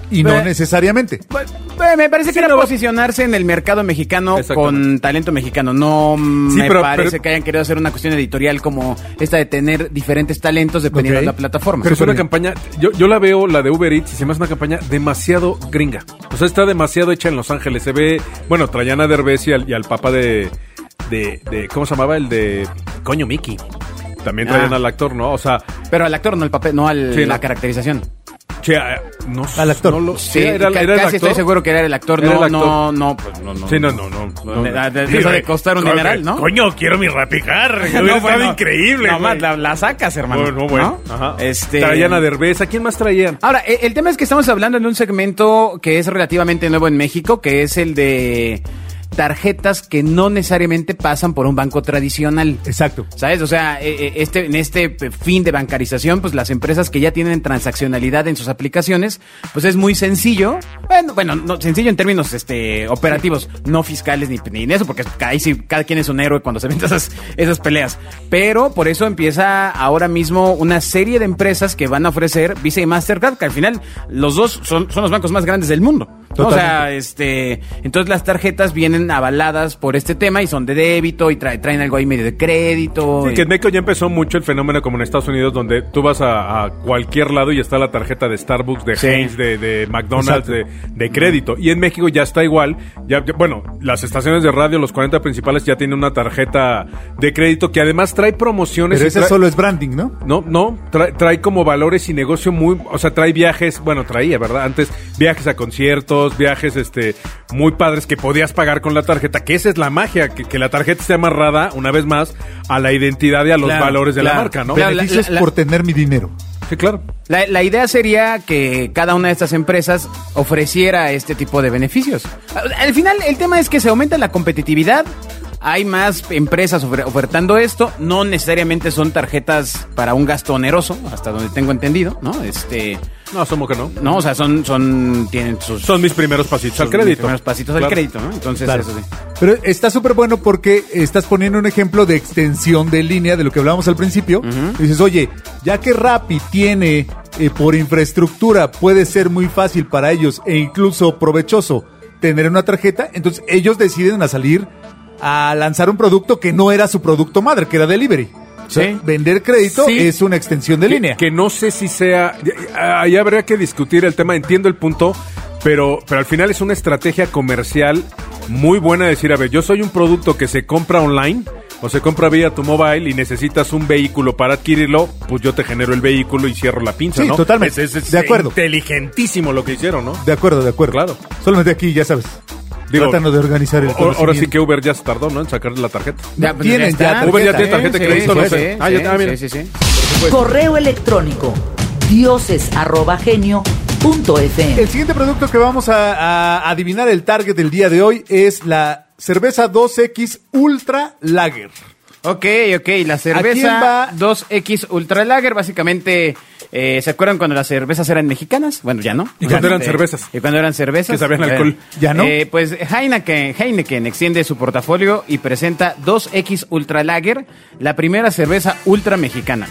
Y no Pero- necesariamente. Pues, eh, me parece que era posicionarse en el mercado mexicano Exactamente. con talento mexicano. No mm, Sí, me pero- parece pero- que hayan querido hacer una cuestión editorial como esta de tener diferentes talentos dependiendo Ok. de la plataforma. Pero es una Súper campaña, yo, yo la veo, la de Uber Eats, y se me hace una campaña demasiado gringa. O sea, está demasiado hecha en Los Ángeles. Se ve, bueno, Trayana Derbez y al, y al papá de, de, de- ¿cómo se llamaba? El de, coño, Mickey. También traían Ah. al actor, ¿no? O sea, Pero al actor, no al papel, no a Sí, la no. caracterización. che, ah, no s- Al actor. no lo Sí, sé, era, ca- era el casi actor. estoy seguro que era el actor. Era no, el actor. no, no, pues, no, no. Sí, no, no, no. no, De- de- de- Sí, eso de güey. costar un Coño, dineral, ¿no? Coño, quiero mi rapicar. No, Hubiera estado bueno, increíble. Nomás güey. la, la sacas, hermano. Bueno, bueno. ¿no? Ajá. Este, Trayana Derbez, ¿a quién más traían? Ahora, e- el tema es que estamos hablando en un segmento que es relativamente nuevo en México, que es el de tarjetas que no necesariamente pasan por un banco tradicional. Exacto. ¿Sabes? O sea, e- e- este, en este p- fin de bancarización, pues las empresas que ya tienen transaccionalidad en sus aplicaciones, pues es muy sencillo. Bueno, bueno, no, sencillo en términos este, operativos, no fiscales ni, ni en eso, porque ca- ahí sí, cada quien es un héroe cuando se ven esas, esas peleas. Pero por eso empieza ahora mismo una serie de empresas que van a ofrecer Visa y Mastercard, que al final los dos son, son los bancos más grandes del mundo. ¿no? O sea, Totalmente. este, entonces las tarjetas vienen avaladas por este tema y son de débito y tra- traen algo ahí medio de crédito. Sí, y- que en México ya empezó mucho el fenómeno como en Estados Unidos, donde tú vas a, a cualquier lado y está la tarjeta de Starbucks, de Sí. Heinz, de, de McDonald's, Exacto. de, de crédito. Y en México ya está igual. Ya, ya- bueno, las estaciones de radio, los 40 principales, ya tienen una tarjeta de crédito que además trae promociones. Pero y ese trae- solo es branding, ¿no? No, no, trae, trae como valores y negocio muy, o sea, trae viajes, bueno, traía, ¿verdad? Antes viajes a conciertos, viajes este muy padres que podías pagar con la tarjeta, que esa es la magia, que, que la tarjeta esté amarrada una vez más a la identidad y a los Claro, valores de la claro. marca, ¿no? Claro, la- Beneficios la- la- por tener mi dinero. Sí, claro. La, la idea sería que cada una de estas empresas ofreciera este tipo de beneficios. Al final, el tema es que se aumenta la competitividad. Hay más empresas ofre- ofertando esto. No necesariamente son tarjetas para un gasto oneroso, hasta donde tengo entendido, ¿no? Este, No, asumo que no. no, o sea, son, son, tienen sus, Son mis primeros pasitos al sus crédito. primeros pasitos al Claro. crédito, ¿no? Entonces, Claro. eso sí. Pero está súper bueno porque estás poniendo un ejemplo de extensión de línea de lo que hablábamos al principio. Dices, oye, ya que Rappi tiene eh, por infraestructura, puede ser muy fácil para ellos e incluso provechoso tener una tarjeta, entonces ellos deciden a salir a lanzar un producto que no era su producto madre, que era delivery. O sea, Sí. Vender crédito Sí. es una extensión de Que- línea. Que no sé si sea. Ahí habría que discutir el tema. Entiendo el punto. Pero, pero al final es una estrategia comercial muy buena decir, a ver, yo soy un producto que se compra online o se compra vía tu mobile y necesitas un vehículo para adquirirlo, pues yo te genero el vehículo y cierro la pinza, Sí, ¿no? totalmente. De acuerdo. Inteligentísimo lo que hicieron, ¿no? De acuerdo, de acuerdo. Claro. Solamente aquí, ya sabes. Digo, tratando de organizar el o- Ahora sí conocimiento. que Uber ya se tardó, ¿no? En sacarle la tarjeta. Ya, pues, tienen ya está. Uber ya tiene tarjeta de Sí, crédito, sí, no sí, sé. sí, Ah, ya está, sí, mira. sí, sí. pues. Correo electrónico dioses.genio.fm. El siguiente producto que vamos a, a adivinar el target del día de hoy es la cerveza 2X Ultra Lager. Ok, ok, la quién cerveza va? 2X Ultra Lager, básicamente, eh, ¿se acuerdan cuando las cervezas eran mexicanas? Bueno, ya no. Y cuando eran Este, cervezas. Y cuando eran cervezas. Que sabían Eh, alcohol. ¿Ya no? eh, pues Heineken, Heineken extiende su portafolio y presenta 2X Ultra Lager, la primera cerveza ultra mexicana.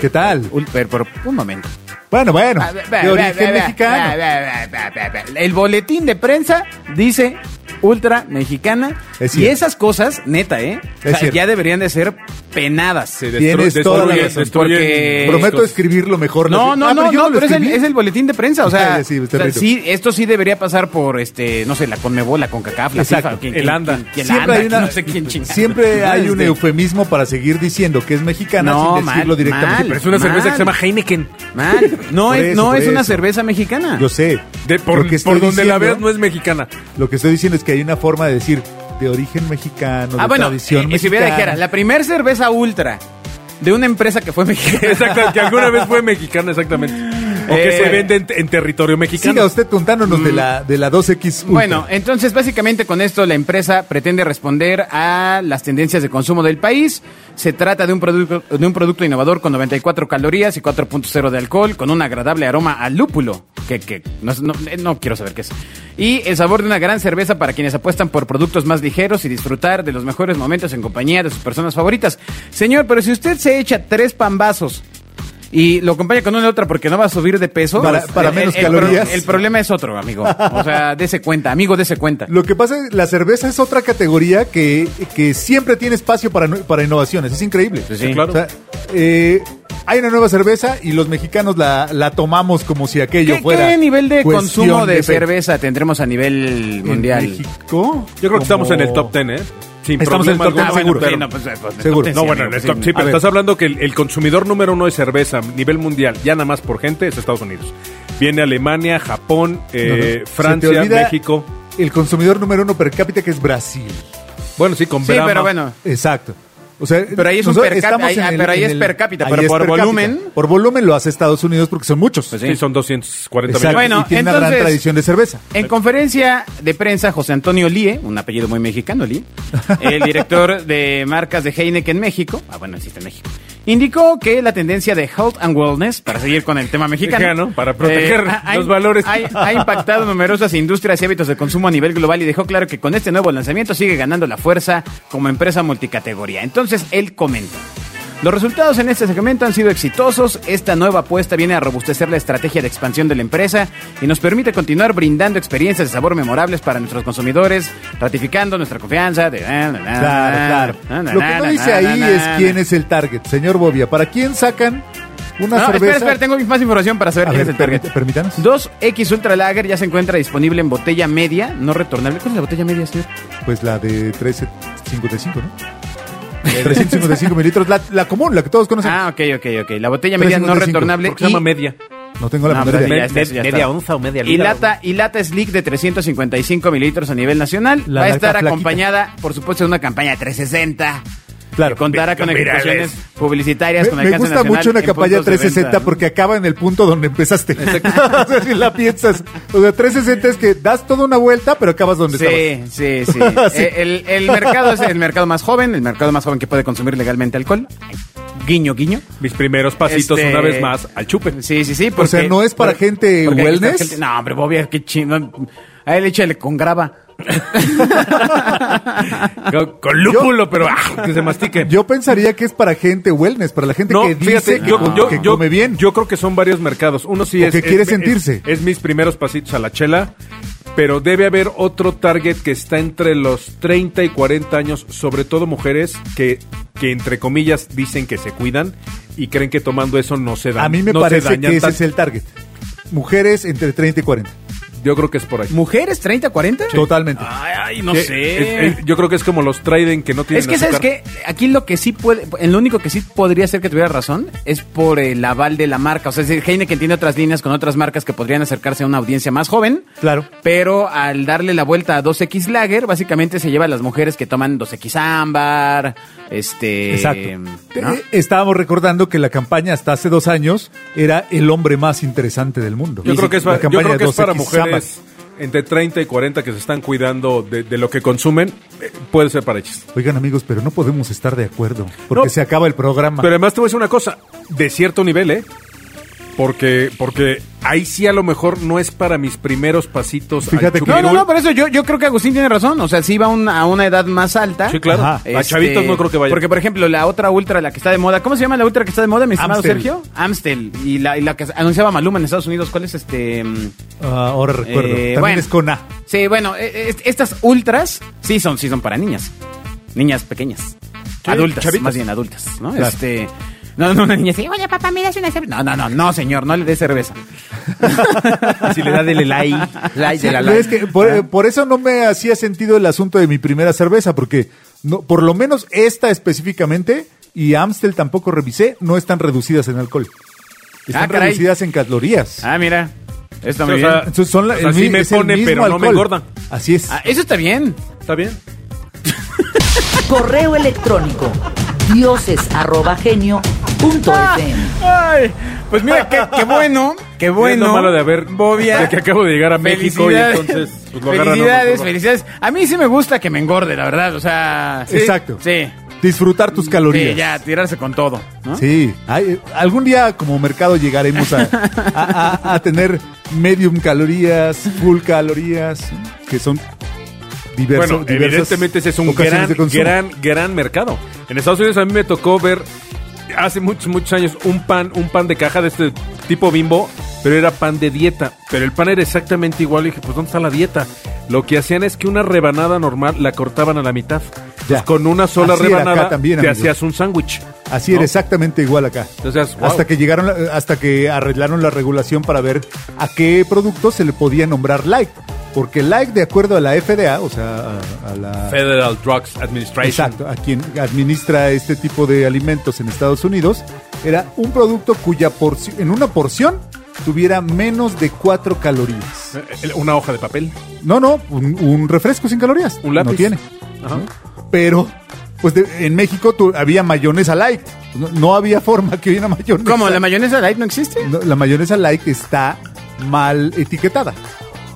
¿Qué tal? Ul- pero, pero, un momento. Bueno, bueno, Ah, ve- de ve- origen ve- ve- mexicano. ve- ve- ve- ve- ve- El boletín de prensa dice ultra mexicana. Es y cierto. esas cosas, neta, ¿eh? O Es sea, cierto. ya deberían de ser apenadas. Se destru- Tienes toda la destruyen- razón. destruyen Porque- discos. Prometo escribirlo mejor. No, no, Ah, no, yo no, lo pero es el, escribí. es el boletín de prensa, o sea, Ya, sí, está o sea, rico. sí, esto sí debería pasar por, este, no sé, la Conmebol, la CONCACAF, la Exacto. FIFA, El ANDA. siempre hay una- no sé quién chingada. Siempre hay un Este, eufemismo para seguir diciendo que es mexicana No, sin decirlo mal, directamente. mal. Pero es una cerveza Man. que se llama Heineken. mal. No Por es, eso, no por es una eso. cerveza mexicana. Yo sé. De por Lo que estoy por donde la diciendo- veas no es mexicana. Lo que estoy diciendo es que hay una forma de decir de origen mexicano, ah, de bueno, eh, tradición si hubiera mexicana. dijera, la primer cerveza ultra de una empresa que fue mexicana. Exacto, que alguna vez fue mexicana, exactamente. O que Eh. se vende en, en territorio Siga mexicano. usted contándonos de la de la 2X Ultra. Mm. Bueno, entonces básicamente con esto la empresa pretende responder a las tendencias de consumo del país. Se trata de un producto, de un producto innovador con 94 calorías y 4.0 de alcohol, con un agradable aroma a lúpulo, que, que no, no- eh, no quiero saber qué es. Y el sabor de una gran cerveza para quienes apuestan por productos más ligeros y disfrutar de los mejores momentos en compañía de sus personas favoritas. Señor, pero si usted se echa tres pambazos y lo acompaña con una otra porque no va a subir de peso. Para- para menos pro- calorías. el problema es otro, amigo. O sea, dese cuenta, amigo, dese cuenta. Lo que pasa es la cerveza es otra categoría que, que siempre tiene espacio para, nu- para innovaciones. Es increíble. Sí, sí. O sea, eh, hay una nueva cerveza y los mexicanos la, la tomamos como si ¿Qué, aquello qué fuera. nivel de cuestión consumo de, fe- cerveza tendremos a nivel en mundial? México? Yo creo que estamos como- en el top 10, ¿eh? Sin Estamos en el problema top 10 alguno, seguro. pero- no, pues, pues, pues, Seguro. top ten, No, sí, bueno, amigo, en el sí, top- Sí, A pero ver. estás hablando que el, el consumidor número uno de cerveza a nivel mundial, ya nada más por gente, es Estados Unidos. Viene Alemania, Japón, eh, No, no. Se te Francia, olvida México. El consumidor número uno per cápita que es Brasil. Bueno, sí, con Sí, Brahma. pero bueno. Exacto. O sea, Pero ahí es un nosotros per cápita, estamos ahí- en ah, el- pero ahí en es el- per cápita, ahí pero es por per cápita. volumen. Por volumen lo hace Estados Unidos porque son muchos. Pues Sí, son 240 Exacto. millones. Bueno, y tiene una gran entonces- tradición de cerveza. En conferencia de prensa, José Antonio Lie, un apellido muy mexicano, Lie, el director de marcas de Heineken México, ah, bueno, existe en México, indicó que la tendencia de health and wellness, para seguir con el tema mexicano, eh, Mexicano, para proteger ha- ha- los valores. ha, ha impactado numerosas industrias y hábitos de consumo a nivel global y dejó claro que con este nuevo lanzamiento sigue ganando la fuerza como empresa multicategoría. Entonces, él comenta. Los resultados en este segmento han sido exitosos. Esta nueva apuesta viene a robustecer la estrategia de expansión de la empresa y nos permite continuar brindando experiencias de sabor memorables para nuestros consumidores, ratificando nuestra confianza. De... eh, ah, Claro, claro. Lo que no dice ahí es quién es el target. Señor Bobia, ¿para quién sacan una No, cerveza? espera, espera, tengo más información para saber A quién ver, es el target. permí- permítanos. 2X Ultra Lager ya se encuentra disponible en botella media, no retornable. ¿Cuál es la botella media, señor? Pues la de 355, ¿no? 355 mililitros, la, la común, la que todos conocen. Ah, ok, ok, ok. La botella media no 355, retornable. Porque se llama y- media. no tengo la No, menor pues idea. ya está, eso ya media está. onza o media y libra, lata, y lata Slick de 355 mililitros a nivel nacional. La Va a lata estar flaquita. acompañada, por supuesto, de una campaña de 360. Claro. que contará con Virales. ejecuciones publicitarias Me, con me alcance gusta nacional mucho una en campaña puntos de 360 venta, ¿no? porque acaba en el punto donde empezaste. o sea, si la piensas. O sea, 360 es que das toda una vuelta, pero acabas donde Sí, estabas. sí, sí. Ah, Sí. Eh, El, el mercado es el mercado más joven, el mercado más joven que puede consumir legalmente alcohol. Guiño, guiño. Mis primeros pasitos Este- una vez más al chupe. Sí, sí, sí. sea, ¿no es para gente porque aquí está wellness? gente- no, hombre, Bobia, qué chino. A él échale con grava. Con, con lúpulo, pero ah, que se mastique. Yo pensaría que es para gente wellness, para la gente que dice que, com- que come bien. Yo creo que son varios mercados. Uno sí O es. que es- quiere es- sentirse. Es, mis primeros pasitos a la chela. Pero debe haber otro target que está entre los 30 y 40 años, sobre todo mujeres que, que entre comillas dicen que se cuidan y creen que tomando eso no se dan. a mí me no se parece dañan que ese tan- es el target. Mujeres entre 30 y 40. Yo creo que es por ahí. ¿Mujeres 30, 40? Totalmente. Ah. Ay, ay, no Que- sé. es- es- yo creo que es como los Trident que no tienen Es que, ¿sabes azúcar. qué? Aquí lo que sí puede, en lo único que sí podría ser que tuviera razón es por el aval de la marca. O sea, es decir, Heineken tiene otras líneas con otras marcas que podrían acercarse a una audiencia más joven. Claro. Pero al darle la vuelta a 2X Lager, básicamente se lleva a las mujeres que toman 2X Ámbar, Eh, este... Exacto. ¿no? Eh, Estábamos recordando que la campaña hasta hace dos años era el hombre más interesante del mundo. Yo creo que es, La yo campaña creo que es 2X para Samba. mujeres entre 30 y 40 que se están cuidando de, de lo que consumen. eh, Puede ser para ellas. Oigan amigos, pero no podemos estar de acuerdo porque No. se acaba el programa. Pero además te voy a decir una cosa, de cierto nivel, ¿eh? Porque, porque ahí sí a lo mejor no es para mis primeros pasitos. al Fíjate que- chupe. No, no, Pirul. no, por eso yo, yo creo que Agustín tiene razón. O sea, sí va a una- a una edad más alta. Sí, claro. Este, Ajá. A chavitos no creo que vaya. Este, Porque, por ejemplo, la otra ultra, la que está de moda. ¿Cómo se llama la ultra que está de moda, mi estimado Amstel. Sergio? Amstel. Y la, y la que anunciaba Maluma en Estados Unidos. ¿Cuál es este...? mm, e, Ah, ahora recuerdo. eh, También bueno. es con A. Sí, bueno, eh, eh, est- estas ultras sí son, sí son para niñas. Niñas pequeñas. adultas, chavitas. más bien adultas, ¿no? Este, no, no, una niña así, oye papá, me das una cerveza. No, no, no, no, señor, no le des cerveza. Si le da del like, like de la Sí, es que Ah. por, eh, por eso no me hacía sentido el asunto de mi primera cerveza, porque no, por lo menos esta específicamente y Amstel tampoco revisé, no están reducidas en alcohol. Están Ah, caray. reducidas en calorías. Ah, mira, está O muy bien. sea, Entonces son la- o sea, el sí mi- me es el pone, mismo pero no me alcohol. engorda. Así es. Ah, eso está bien. ¿Está bien? Correo electrónico dioses.genio.fm. Ay, pues mira, qué, qué bueno, qué bueno. Es lo malo de haber- Bobia. de que acabo de llegar a México y entonces, pues, lo agarran a uno felicidades, por- felicidades. A mí sí me gusta que me engorde, la verdad, o sea. Sí. Exacto. Sí. Disfrutar tus calorías. Sí, Mm, eh, ya, tirarse con todo, ¿Ah? ¿no? Sí, Ay, eh, algún día como mercado llegaremos a, a- a- a tener medium calorías, full calorías, que son diversos. Bueno, evidentemente ese es un gran, gran, gran mercado. En Estados Unidos a mí me tocó ver hace muchos, muchos años un pan, un pan de caja de este tipo bimbo, pero era pan de dieta. Pero el pan era exactamente igual. Y dije, pues ¿dónde está la dieta? Lo que hacían es que una rebanada normal la cortaban a la mitad. Ya. Pues con una sola Así era acá rebanada también, te amigos. hacías un sándwich. Así era exactamente igual acá. Entonces, wow. Hasta que llegaron, la- hasta que arreglaron la regulación para ver a qué producto se le podía nombrar light. Porque light, de acuerdo a la FDA, o sea, a, a la... Federal Drugs Administration. Exacto, a quien administra este tipo de alimentos en Estados Unidos, era un producto cuya porción, en una porción tuviera menos de 4 calorías. Eh, Una hoja de papel. No, no, un, un refresco sin calorías. Un lápiz. No tiene. Ajá. Pero, pues de- en México tu- había mayonesa light. No, no había forma que hubiera mayonesa. ¿Cómo? ¿La mayonesa light no existe? No, la mayonesa light está mal etiquetada.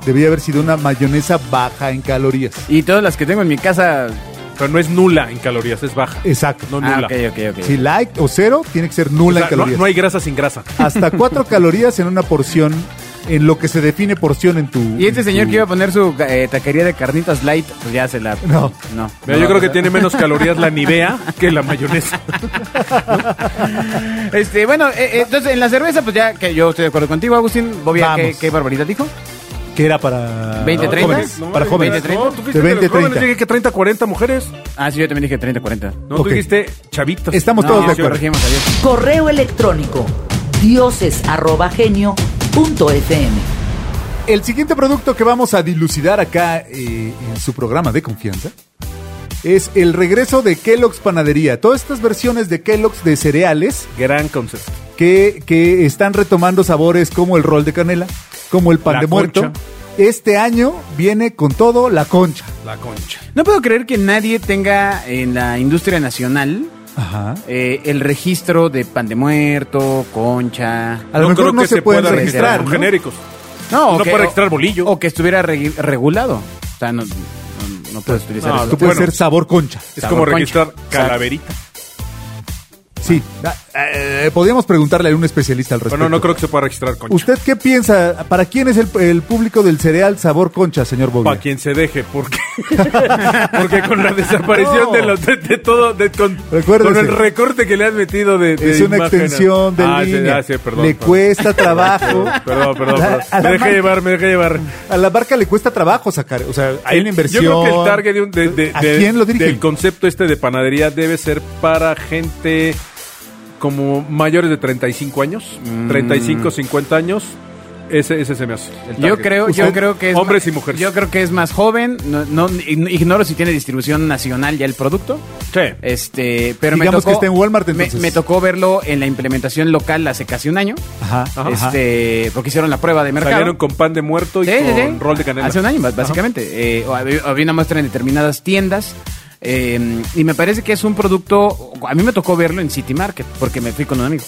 Debía haber sido una mayonesa baja en calorías. Y todas las que tengo en mi casa. Pero no es nula en calorías, es baja. Exacto. No Ah, nula. ok, ok, ok. Si light o cero, tiene que ser O sea, nula en no, calorías. no hay grasa sin grasa. hasta cuatro calorías en una porción, en lo que se define porción en tu. Y este en señor tu- que iba a poner su eh, taquería de carnitas light, pues ya se la. No. No. Mira, yo creo que tiene menos calorías la Nivea que la mayonesa. Este, bueno, eh, eh, entonces en la cerveza, pues ya que yo estoy de acuerdo contigo, Agustín. Bobia, ¿qué, Vamos. qué barbaridad dijo? que era para. 20, 30. jóvenes, No, para jóvenes. 20, 30. No, tú fuiste De de los 20, jóvenes, 30. yo dije que 30, 40 mujeres. Ah, sí, yo también dije 30, 40. No, Ok. tú dijiste chavitos. Estamos todos de sí, acuerdo. corregimos, adiós. Correo electrónico dioses.genio.fm. El siguiente producto que vamos a dilucidar acá eh, en su programa de confianza es el regreso de Kellogg's Panadería. Todas estas versiones de Kellogg's de cereales Gran concepto. que, que están retomando sabores como el rol de canela, como el pan La de muerto. concha. Este año viene con todo la concha. La concha. No puedo creer que nadie tenga en la industria nacional Ajá. eh, el registro de pan de muerto, concha. A lo mejor no se pueden registrar, con ¿no? genéricos. No, No puede registrar bolillo. O que estuviera regi- regulado. O sea, no, no, no puedes utilizar no, eso. Tú puedes Bueno. ser sabor concha. Pues Es Sabor como concha. registrar Exacto. calaverita. Sí, da- eh, podríamos preguntarle a un especialista al respecto. Bueno, no creo que se pueda registrar concha. ¿Usted qué piensa? ¿Para quién es el, el público del cereal sabor concha, señor Bobby? Para quien se deje, porque porque con la desaparición No. de, los, de, de todo, de, con, Recuérdese. con el recorte que le has metido de, de Es una imagen a- extensión de ah, sí, línea. ah, sí, perdón, le perdón. cuesta trabajo. Perdón, perdón, La- perdón. a, Me la dejé marca, llevar, me dejé llevar. a la marca le cuesta trabajo sacar. O sea, hay El- una inversión. Eh, Yo creo que el target de, un- de- de- ¿A de- quién lo dirigen? del concepto este de panadería debe ser para gente como mayores de 35 años, Mm. 35, 50 años. Ese, ese se me hace. el Yo target. creo, yo Usted- creo que es hombres más- y mujeres. Yo creo que es más joven. No, no- ignoro si tiene distribución nacional ya el producto. Sí. Este, pero me Digamos tocó, que está en Walmart, me- entonces. Me, tocó verlo en la implementación local hace casi un año. Ajá, ajá. Este, porque hicieron la prueba de mercado. Salieron con pan de muerto y Sí, con sí, sí. rol de canela. Hace un año, bas- básicamente. Eh, o había, había una muestra en determinadas tiendas. eh, y me parece que es un producto. A mí me tocó verlo en City Market, porque me fui con un amigo.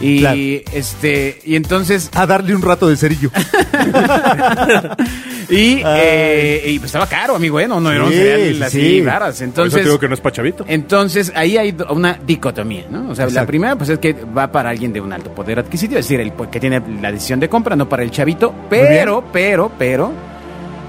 Y Claro. este. Y entonces. A darle un rato de cerillo. Y, eh, y pues estaba caro, amigo, ¿eh? No, no era un Sí, sí, cereal así sí. raras. Por eso Entonces. Eh, te digo que no es pachavito. Entonces, ahí hay do- una dicotomía, ¿no? O sea, la Exacto. primera, pues es que va para alguien de un alto poder adquisitivo, es decir, el po- que tiene la decisión de compra, no para el chavito, pero, pero, pero,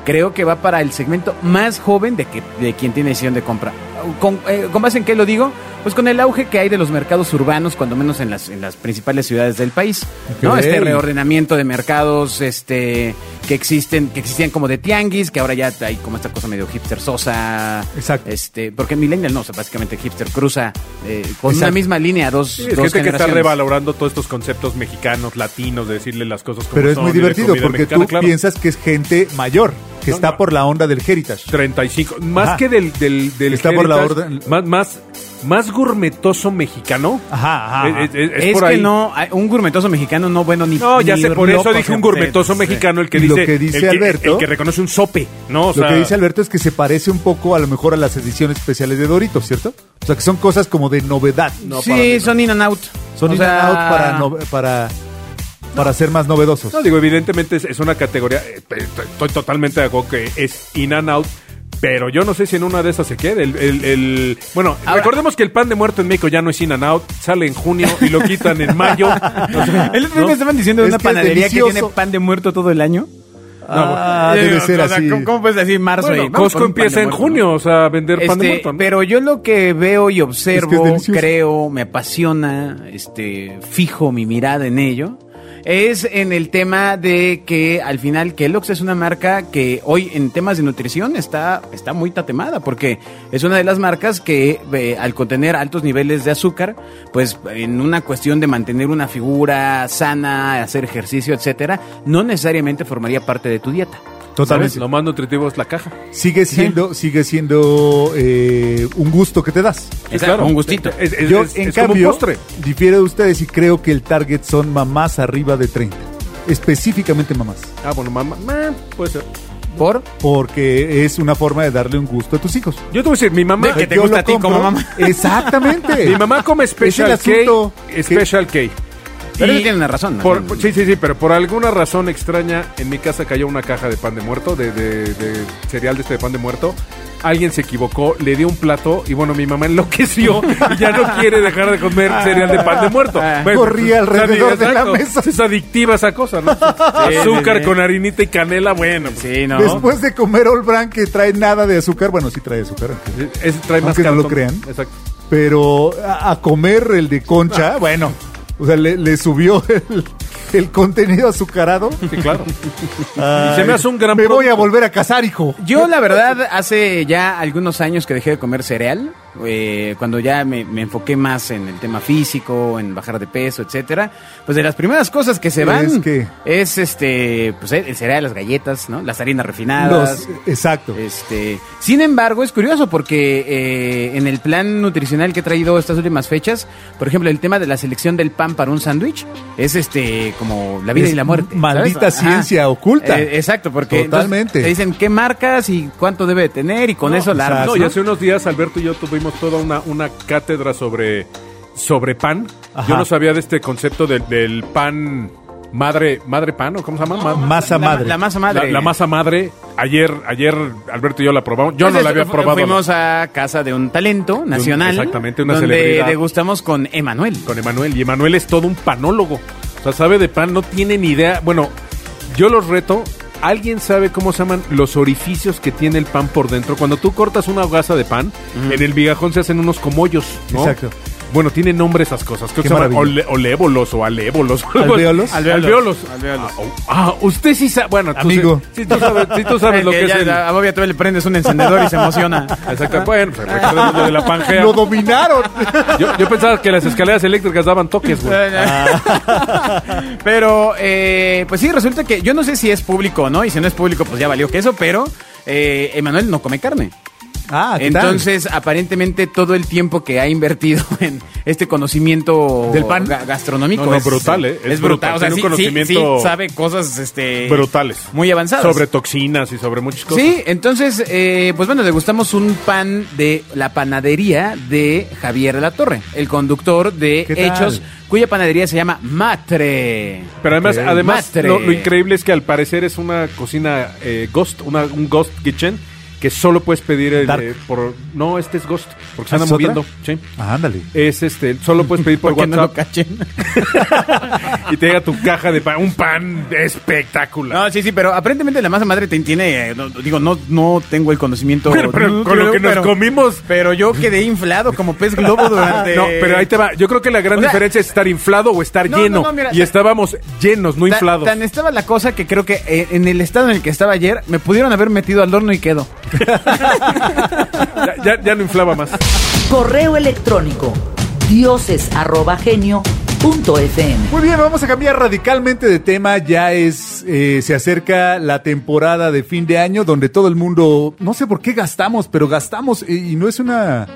creo que va para el segmento más joven de, que, de quien tiene decisión de compra. ¿Con, eh, ¿con base en qué lo digo? pues con el auge que hay de los mercados urbanos, cuando menos en las, en las principales ciudades del país, ¿no? Ok. Este reordenamiento de mercados, este, que existen, que existían como de tianguis, que ahora ya hay como esta cosa medio hipster sosa. Exacto. Este, porque Millennial no, o sea, básicamente hipster cruza eh, con una Exacto. misma línea dos, Sí, dos es gente que está generaciones. revalorando todos estos conceptos mexicanos, latinos, de decirle las cosas como Pero es son, muy y de divertido comida porque mexicana, tú claro. piensas que es gente mayor, que No, está no. por la onda del heritage. 35, más Ajá. que del, del, del Está por la heritage, orden- más, más, más gourmetoso mexicano. Ajá, ajá, ajá. Es, es- es Es por que ahí. no, hay- un gourmetoso mexicano no bueno ni No, ya ni sé, por eso loco dije que un gourmetoso ustedes, mexicano, el que Y lo dice, que dice el Alberto- el que reconoce un sope, ¿no? O sea, Lo que dice Alberto es que se parece un poco a lo mejor a las ediciones especiales de Doritos, ¿cierto? O sea, que son cosas como de novedad. sí. Sí, son in and out. Son O in and sea, out para, no- para, para ser más novedosos. No, digo, evidentemente es, es una categoría, eh, eh, estoy totalmente de acuerdo que es in and out, pero yo no sé si en una de esas se quede. El, el- el- bueno, Ahora- recordemos que el pan de muerto en México ya no es in and out, sale en junio y lo quitan en mayo. O sea, El otro día ¿no? me estaban diciendo de Es una que es panadería que delicioso. tiene pan de muerto todo el año. ah, Eh, debe o ser sea, así. ¿cómo, cómo puedes decir marzo? Bueno, y- vamos Costco con un pan empieza de en muerto, junio, ¿no? o sea, a vender pan de Este, muerto. ¿no? Pero yo lo que veo y observo, delicioso. creo, me apasiona, este, fijo mi mirada en ello, es en el tema de que al final Kellogg's es una marca que hoy en temas de nutrición está, está muy tatemada, porque es una de las marcas que eh, al contener altos niveles de azúcar, pues en una cuestión de mantener una figura sana, hacer ejercicio, etcétera, no necesariamente formaría parte de tu dieta. ¿Sabes? Totalmente. Lo más nutritivo es la caja. Sigue siendo, sigue siendo eh, un gusto que te das. Exacto, un gustito. Es, es- Yo, es- en es como un cambio, postre. difiero de ustedes y creo que el target son mamás arriba de 30. Específicamente mamás. Ah, bueno, mamá, ma, puede ser. ¿Por? eh, Porque es una forma de darle un gusto a tus hijos. Yo te voy a decir, mi mamá, De que te Pues Yo gusta lo a ti como compro. mamá. Exactamente. mi mamá come special Es el asunto cake, special cake. Pero Y ellos tienen la razón. ¿no? por- por- sí, sí, sí, pero por alguna razón extraña, en mi casa cayó una caja de pan de muerto, de, de- de cereal de este de pan de muerto. Alguien se equivocó, le dio un plato y bueno, mi mamá enloqueció y ya no quiere dejar de comer cereal de pan de muerto. Bueno, Ah. Corría pues, alrededor exacto, de la mesa. Es adictiva esa cosa, ¿no? Azúcar sí, sí. con harinita y canela, bueno. pues, Sí, no. Después de comer All Brand que trae nada de azúcar, bueno, sí trae azúcar, es- trae más Aunque no lo cartón. crean. Exacto. pero a, a comer el de concha, Ah. bueno, o sea, le, le subió el, el contenido azucarado. Sí, claro. Ay, se me hace un gran Me voy a producto. volver a casar, hijo. Yo, la verdad, hace ya algunos años que dejé de comer cereal, eh, cuando ya me, me enfoqué más en el tema físico, en bajar de peso, etcétera. Pues de las primeras cosas que se van Es que- es, este, pues el el cereal, las galletas, ¿no? Las harinas refinadas. Los- exacto. Este, sin embargo, es curioso porque eh, en el plan nutricional que he traído estas últimas fechas, por ejemplo, el tema de la selección del pan para un sándwich es este como la vida Es y la muerte. maldita ciencia oculta. Eh, exacto, porque entonces Totalmente. te dicen qué marcas y cuánto debe de tener y con No, eso la armas, No, Ah, ¿no? y hace unos días Alberto y yo tuvimos toda una, una cátedra sobre, sobre pan. Ajá. Yo no sabía de este concepto del- del pan madre, madre pan, ¿o cómo se llama? Ma- Masa La- madre. La, masa la, madre. la masa madre. Ayer, ayer Alberto y yo la probamos. Yo no Entonces, la había fu- probado. Fuimos a casa de un talento nacional. exactamente, una donde celebridad. degustamos con Emanuel. con Emanuel. Y Emanuel es todo un panólogo. O sea, sabe de pan, no tiene ni idea. Bueno, yo los reto. ¿Alguien sabe cómo se llaman los orificios que tiene el pan por dentro? Cuando tú cortas una hogaza de pan, en el migajón se hacen unos comollos, ¿no? Exacto. Bueno, tiene nombre esas cosas. Creo que Qué se llaman ole- maravilla. olébolos o alébolos. ¿Alvéolos? Alveolos. Ah, oh, ah, usted sí sabe. Bueno, tú Amigo. sí- sí tú sabes, sí tú Eh, sabes lo que es el... A Bobia tú le prendes un encendedor y se emociona. Exacto. Bueno, pues, recordemos lo de la pangea. Lo dominaron. Yo, yo pensaba que las escaleras eléctricas daban toques, güey. pero, eh, pues sí, resulta que yo no sé si es público o no, y si no es público, pues ya valió que eso, pero eh, Emanuel no come carne. Ah, ¿qué tal? Entonces, aparentemente todo el tiempo que ha invertido en este conocimiento ¿Del pan? ga- gastronómico No, no, brutal, ¿eh? Es, Es brutal, brutal. o sea, Tiene un sí, sí, conocimiento sí sabe cosas este brutales. muy avanzadas. Sobre toxinas y sobre muchas cosas. Sí, entonces, eh, pues bueno, degustamos un pan de la panadería de Javier La Torre, el conductor de ¿Qué tal? Hechos, cuya panadería se llama Matre. Pero además, Ok. además Matre. lo, lo increíble es que al parecer es una cocina eh, ghost, una, un ghost kitchen. que solo puedes pedir el, Dark. eh, por... No, este es Ghost, porque se ¿Ah, anda es otra? moviendo. Sí. Ah, ándale. Es este, solo puedes pedir por Para que no lo WhatsApp cachen. y te llega tu caja de pan, un pan espectacular. No, sí, sí, pero aparentemente la masa madre te- tiene. eh, no- digo, no, no tengo el conocimiento. Pero- pero con lo que nos comimos. Pero yo quedé inflado como pez globo durante. No, pero ahí te va. Yo creo que la gran O sea- diferencia es estar inflado o estar No, lleno. no, no, mira, y ta- estábamos llenos, no Ta- inflados. Tan estaba la cosa que creo que eh, en el estado en el que estaba ayer me pudieron haber metido al horno y quedo. Ya, ya- ya no inflaba más. Correo electrónico dioses@genio.fm. Muy bien, vamos a cambiar radicalmente de tema. Ya es, eh, se acerca la temporada de fin de año donde todo el mundo, no sé por qué gastamos, pero gastamos eh, y no es una,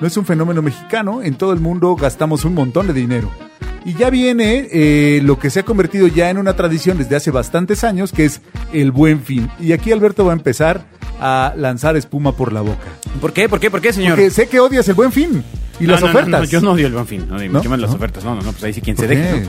no es un fenómeno mexicano. En todo el mundo gastamos un montón de dinero. Y ya viene eh, lo que se ha convertido ya en una tradición desde hace bastantes años, que es el buen fin. Y aquí Alberto va a empezar a lanzar espuma por la boca. ¿Por qué? ¿Por qué? ¿Por qué, señor? Porque sé que odias el buen fin y No, las no, no, ofertas. no, yo no odio el buen fin. No, dime, ¿No? yo me las ¿No? ofertas. No, no, no, pues ahí sí quien se ¿Por deje. qué?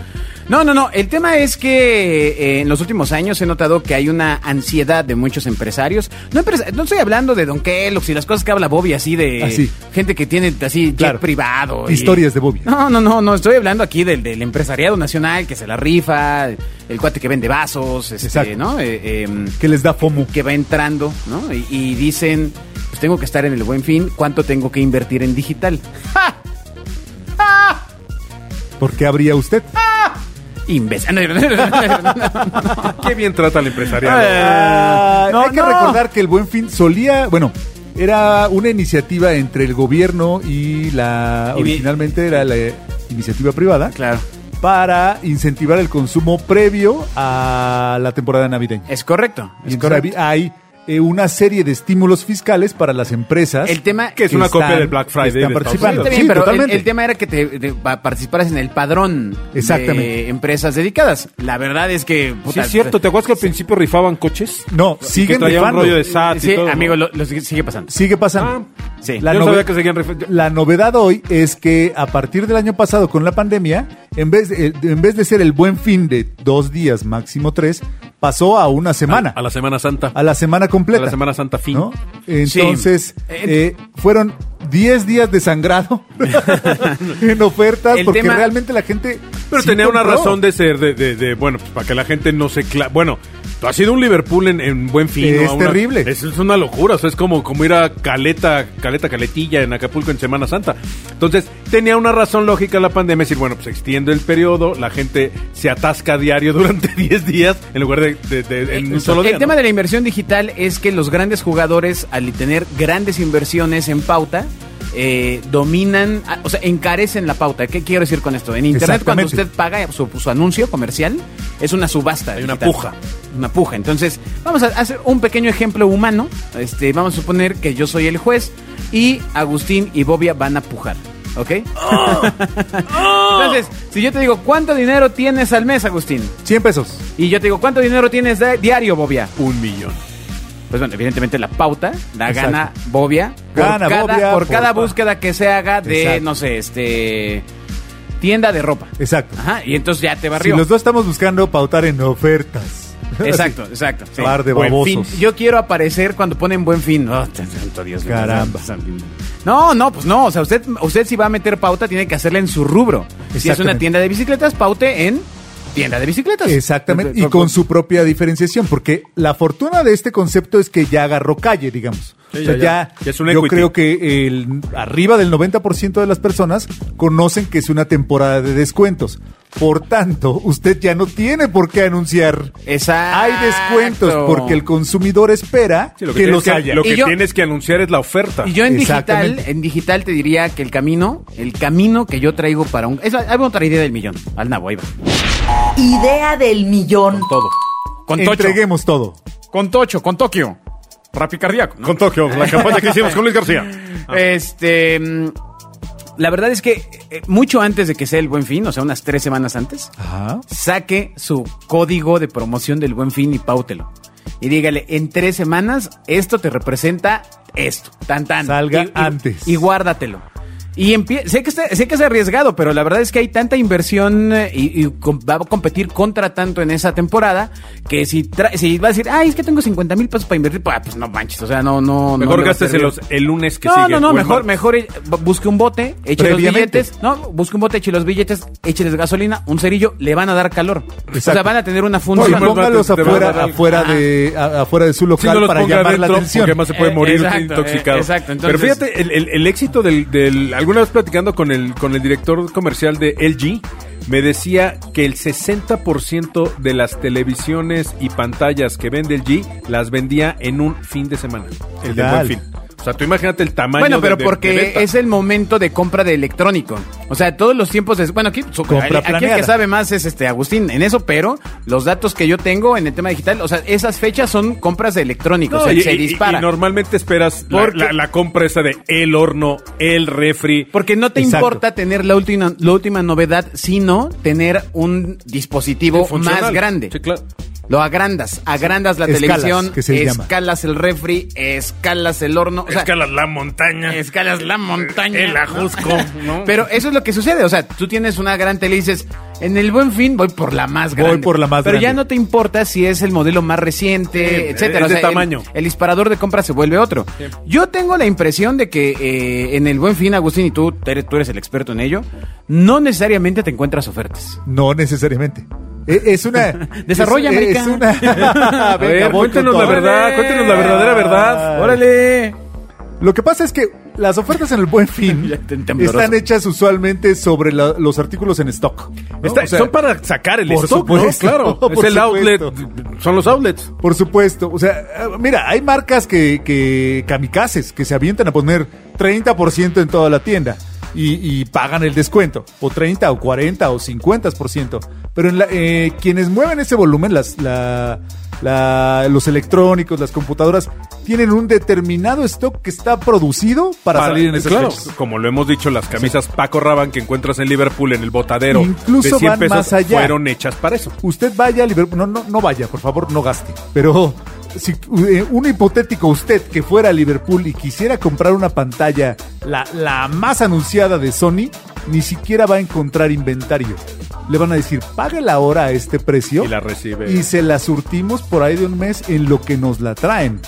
No, no, no. El tema es que eh, en los últimos años he notado que hay una ansiedad de muchos empresarios. No, empres- no estoy hablando de Don Kellogg's y las cosas que habla Bobby así de Ah, sí. gente que tiene así jet Claro. privado. y- Historias de Bobby. No, no, no, no. Estoy hablando aquí del, del empresariado nacional que se la rifa, el, el cuate que vende vasos, este, Exacto. ¿no? Eh, em, Que les da FOMO. que va entrando, ¿no? Y, y dicen, pues tengo que estar en el buen fin, ¿cuánto tengo que invertir en digital? ¡Ja! ¡Ah! ¿Por qué habría usted? Imbécil. No, no, no, no, no. Qué bien trata el empresariado. Ah, Eh, no, hay que no. recordar que el Buen Fin solía, bueno, era una iniciativa entre el gobierno y la Y mi- originalmente era la eh, iniciativa privada Claro. para incentivar el consumo previo a la temporada navideña. Es correcto. Y Es entonces correcto. hay eh, una serie de estímulos fiscales para las empresas. El tema Que es una están- copia del Black Friday. están de Estados participando. Unidos. Está bien, Sí, pero el- totalmente. El, tema era que te de- pa- participaras en el padrón Exactamente. de empresas dedicadas. La verdad es que. Sí, puta, es cierto. ¿Te acuerdas que al principio rifaban coches? No, que siguen traían rifando. rollo de SAT y Sí, todo, ¿no? amigo, lo, lo sigue sigue pasando. Sigue pasando. Ah, Sí. La yo no nove- sabía que seguían rifando. La novedad hoy es que a partir del año pasado con la pandemia, en vez de, eh, en vez de ser el buen fin de dos días, máximo tres, pasó a una semana. A, la Semana Santa. A la semana completa. A la Semana Santa fin. ¿no? Entonces, Sí. eh, fueron 10 días de sangrado en ofertas El porque tema- realmente la gente... Pero sí tenía una compró. razón de ser, de, de- de, bueno, pues para que la gente no se... cla- Bueno, tú has sido un Liverpool en, en buen fin. Es ¿no? A una- terrible. Es, es una locura, o sea, es como, como ir a Caleta, Caleta, Caletilla en Acapulco en Semana Santa. Entonces, tenía una razón lógica la pandemia, es decir, bueno, pues extiendo el periodo, la gente se atasca a diario durante 10 días en lugar de, de- de- en un solo eh, el día. tema ¿no? de la inversión digital es que los grandes jugadores, al tener grandes inversiones en pauta, eh, dominan, ah, o sea, encarecen la pauta. ¿Qué quiero decir con esto? En internet, cuando Exactamente. usted paga su, su anuncio comercial, es una subasta. Hay una puja. Una puja. Entonces, vamos a hacer un pequeño ejemplo humano. Este, vamos a suponer que yo soy el juez y Agustín y Bobia van a pujar. ¿Ok? Oh. Entonces, si yo te digo, ¿cuánto dinero tienes al mes, Agustín? 100 pesos. Y yo te digo, ¿cuánto dinero tienes de- diario, Bobia? Un millón. Pues bueno, evidentemente la pauta la Exacto. gana Bobia. Por Gana cada, Bobia por por cada pa- búsqueda que se haga de, Exacto. no sé, este. tienda de ropa. Exacto. Ajá, y entonces ya te Si barrió. los dos estamos buscando pautar en ofertas. Exacto, exacto. sí. Par de Buen babosos. fin. Yo quiero aparecer cuando ponen buen fin. Oh, te- santo Dios mío. Caramba. No, no, pues no. O sea, usted, usted si va a meter pauta, tiene que hacerla en su rubro. Si es una Exactamente. tienda de bicicletas, paute en tienda de bicicletas. Exactamente, Este, y con su propia diferenciación, porque la fortuna de este concepto es que ya agarró calle, digamos. Sí, O sea, ya, ya, ya. Ya es un yo equity. creo que el, arriba del 90% de las personas conocen que es una temporada de descuentos. Por tanto, usted ya no tiene por qué anunciar. Exacto. Hay descuentos porque el consumidor espera Sí, que, lo que, tienes los que- haya. lo que Y yo- tienes que anunciar es la oferta. Y yo en digital, Exactamente. en digital te diría que el camino, el camino que yo traigo para un... Es, hay otra idea del millón. Al nabo, ahí va. Idea del millón. Todo. Con tocho. Entreguemos todo. Con tocho, con Tokio. Rapicardíaco. ¿no? Con Tokio, la campaña que hicimos con Luis García. Este... mm, La verdad es que eh, mucho antes de que sea el Buen Fin, o sea, unas tres semanas antes, Ajá. saque su código de promoción del Buen Fin y páutelo. Y dígale, en tres semanas esto te representa esto, tan tan. Salga Y- y- antes. Y guárdatelo. Y empie- sé, que está- sé que es arriesgado, pero la verdad es que hay tanta inversión eh, y, y com- va a competir contra tanto en esa temporada que si, tra- si va a decir, ay, es que tengo 50 mil pesos para invertir, pues, pues, no manches, o sea, no, no. no le Mejor este va a gásteselos servir. el lunes que no, sigue. No, o no, el mejor, martes. mejor eh, bu- busque un bote, eche los Previamente. billetes. No, busque un bote, eche los billetes, écheles gasolina, un cerillo, le van a dar calor. O sea, Exacto. van a tener una Pon- función. póngalos te- te van a afuera, dar- afuera, de, a- afuera de su Sí, no local los para ponga llamar la adentro, atención. Porque además se puede Eh, morir exacto, intoxicado. eh, exacto, entonces- Pero fíjate, el, el- el éxito del, del- Alguna vez platicando con el, con el director comercial de LG, me decía que el 60% de las televisiones y pantallas que vende LG las vendía en un fin de semana. El de Tal. buen fin. O sea, tú imagínate el tamaño Bueno, de- pero de- porque de venta. es el momento de compra de electrónico. O sea, todos los tiempos de... Bueno, aquí, su- Compra aquí el que planeada. sabe más es este Agustín en eso, pero los datos que yo tengo en el tema digital, o sea, esas fechas son compras de electrónicos. No, o sea, y, pues, se y- dispara. y normalmente esperas la, Porque- la- la compra esa de el horno, el refri. Porque no te Exacto. importa tener la última, la última novedad, sino tener un dispositivo funcional. más grande. Sí, claro. Lo agrandas, agrandas la Escalas, televisión, que se le llama. escalas el refri, escalas el horno. O sea, Escalas la montaña. Escalas la montaña. El ajusco, ¿no? Pero eso es lo que sucede. O sea, tú tienes una gran tele y dices, en el buen fin voy por la más Voy grande. por la más Pero ya grande. no te importa si es el modelo más reciente, etcétera. es de O sea, el- tamaño. El, disparador de compra se vuelve otro. Yo tengo la impresión de que eh, en el buen fin, Agustín, y tú, te- tú eres el experto en ello, no necesariamente te encuentras ofertas. No necesariamente. E- Es una. Desarrolla, es, América. es una. A ver, voy con cuéntenos la todo. verdad, cuéntenos la verdadera verdad. Ay. ¡Órale! Lo que pasa es que las ofertas en el buen fin Ya te- tembloroso. están hechas usualmente sobre la- los artículos en stock. ¿no? Está- O sea, son para sacar el por stock, supuesto, ¿no? Claro, por es el supuesto. outlet, son los outlets. Por supuesto. O sea, eh, mira, hay marcas que, que kamikazes, que se avientan a poner 30% en toda la tienda y, y pagan el descuento. O 30, o 40, o 50%. Pero en la- eh, quienes mueven ese volumen, las, la- la- los electrónicos, las computadoras, tienen un determinado stock que está producido para, salir en esas claro, fechas. como lo hemos dicho, las camisas Paco Raban que encuentras en Liverpool en el botadero Incluso de 100 van pesos más allá. fueron hechas para eso. usted vaya a Liverpool, no, no, no vaya, por favor, no gaste. Pero si eh, un hipotético usted que fuera a Liverpool y quisiera comprar una pantalla, la, la más anunciada de Sony, ni siquiera va a encontrar inventario. Le van a decir, págala ahora a este precio Y la recibe. y se la surtimos por ahí de un mes en lo que nos la traen.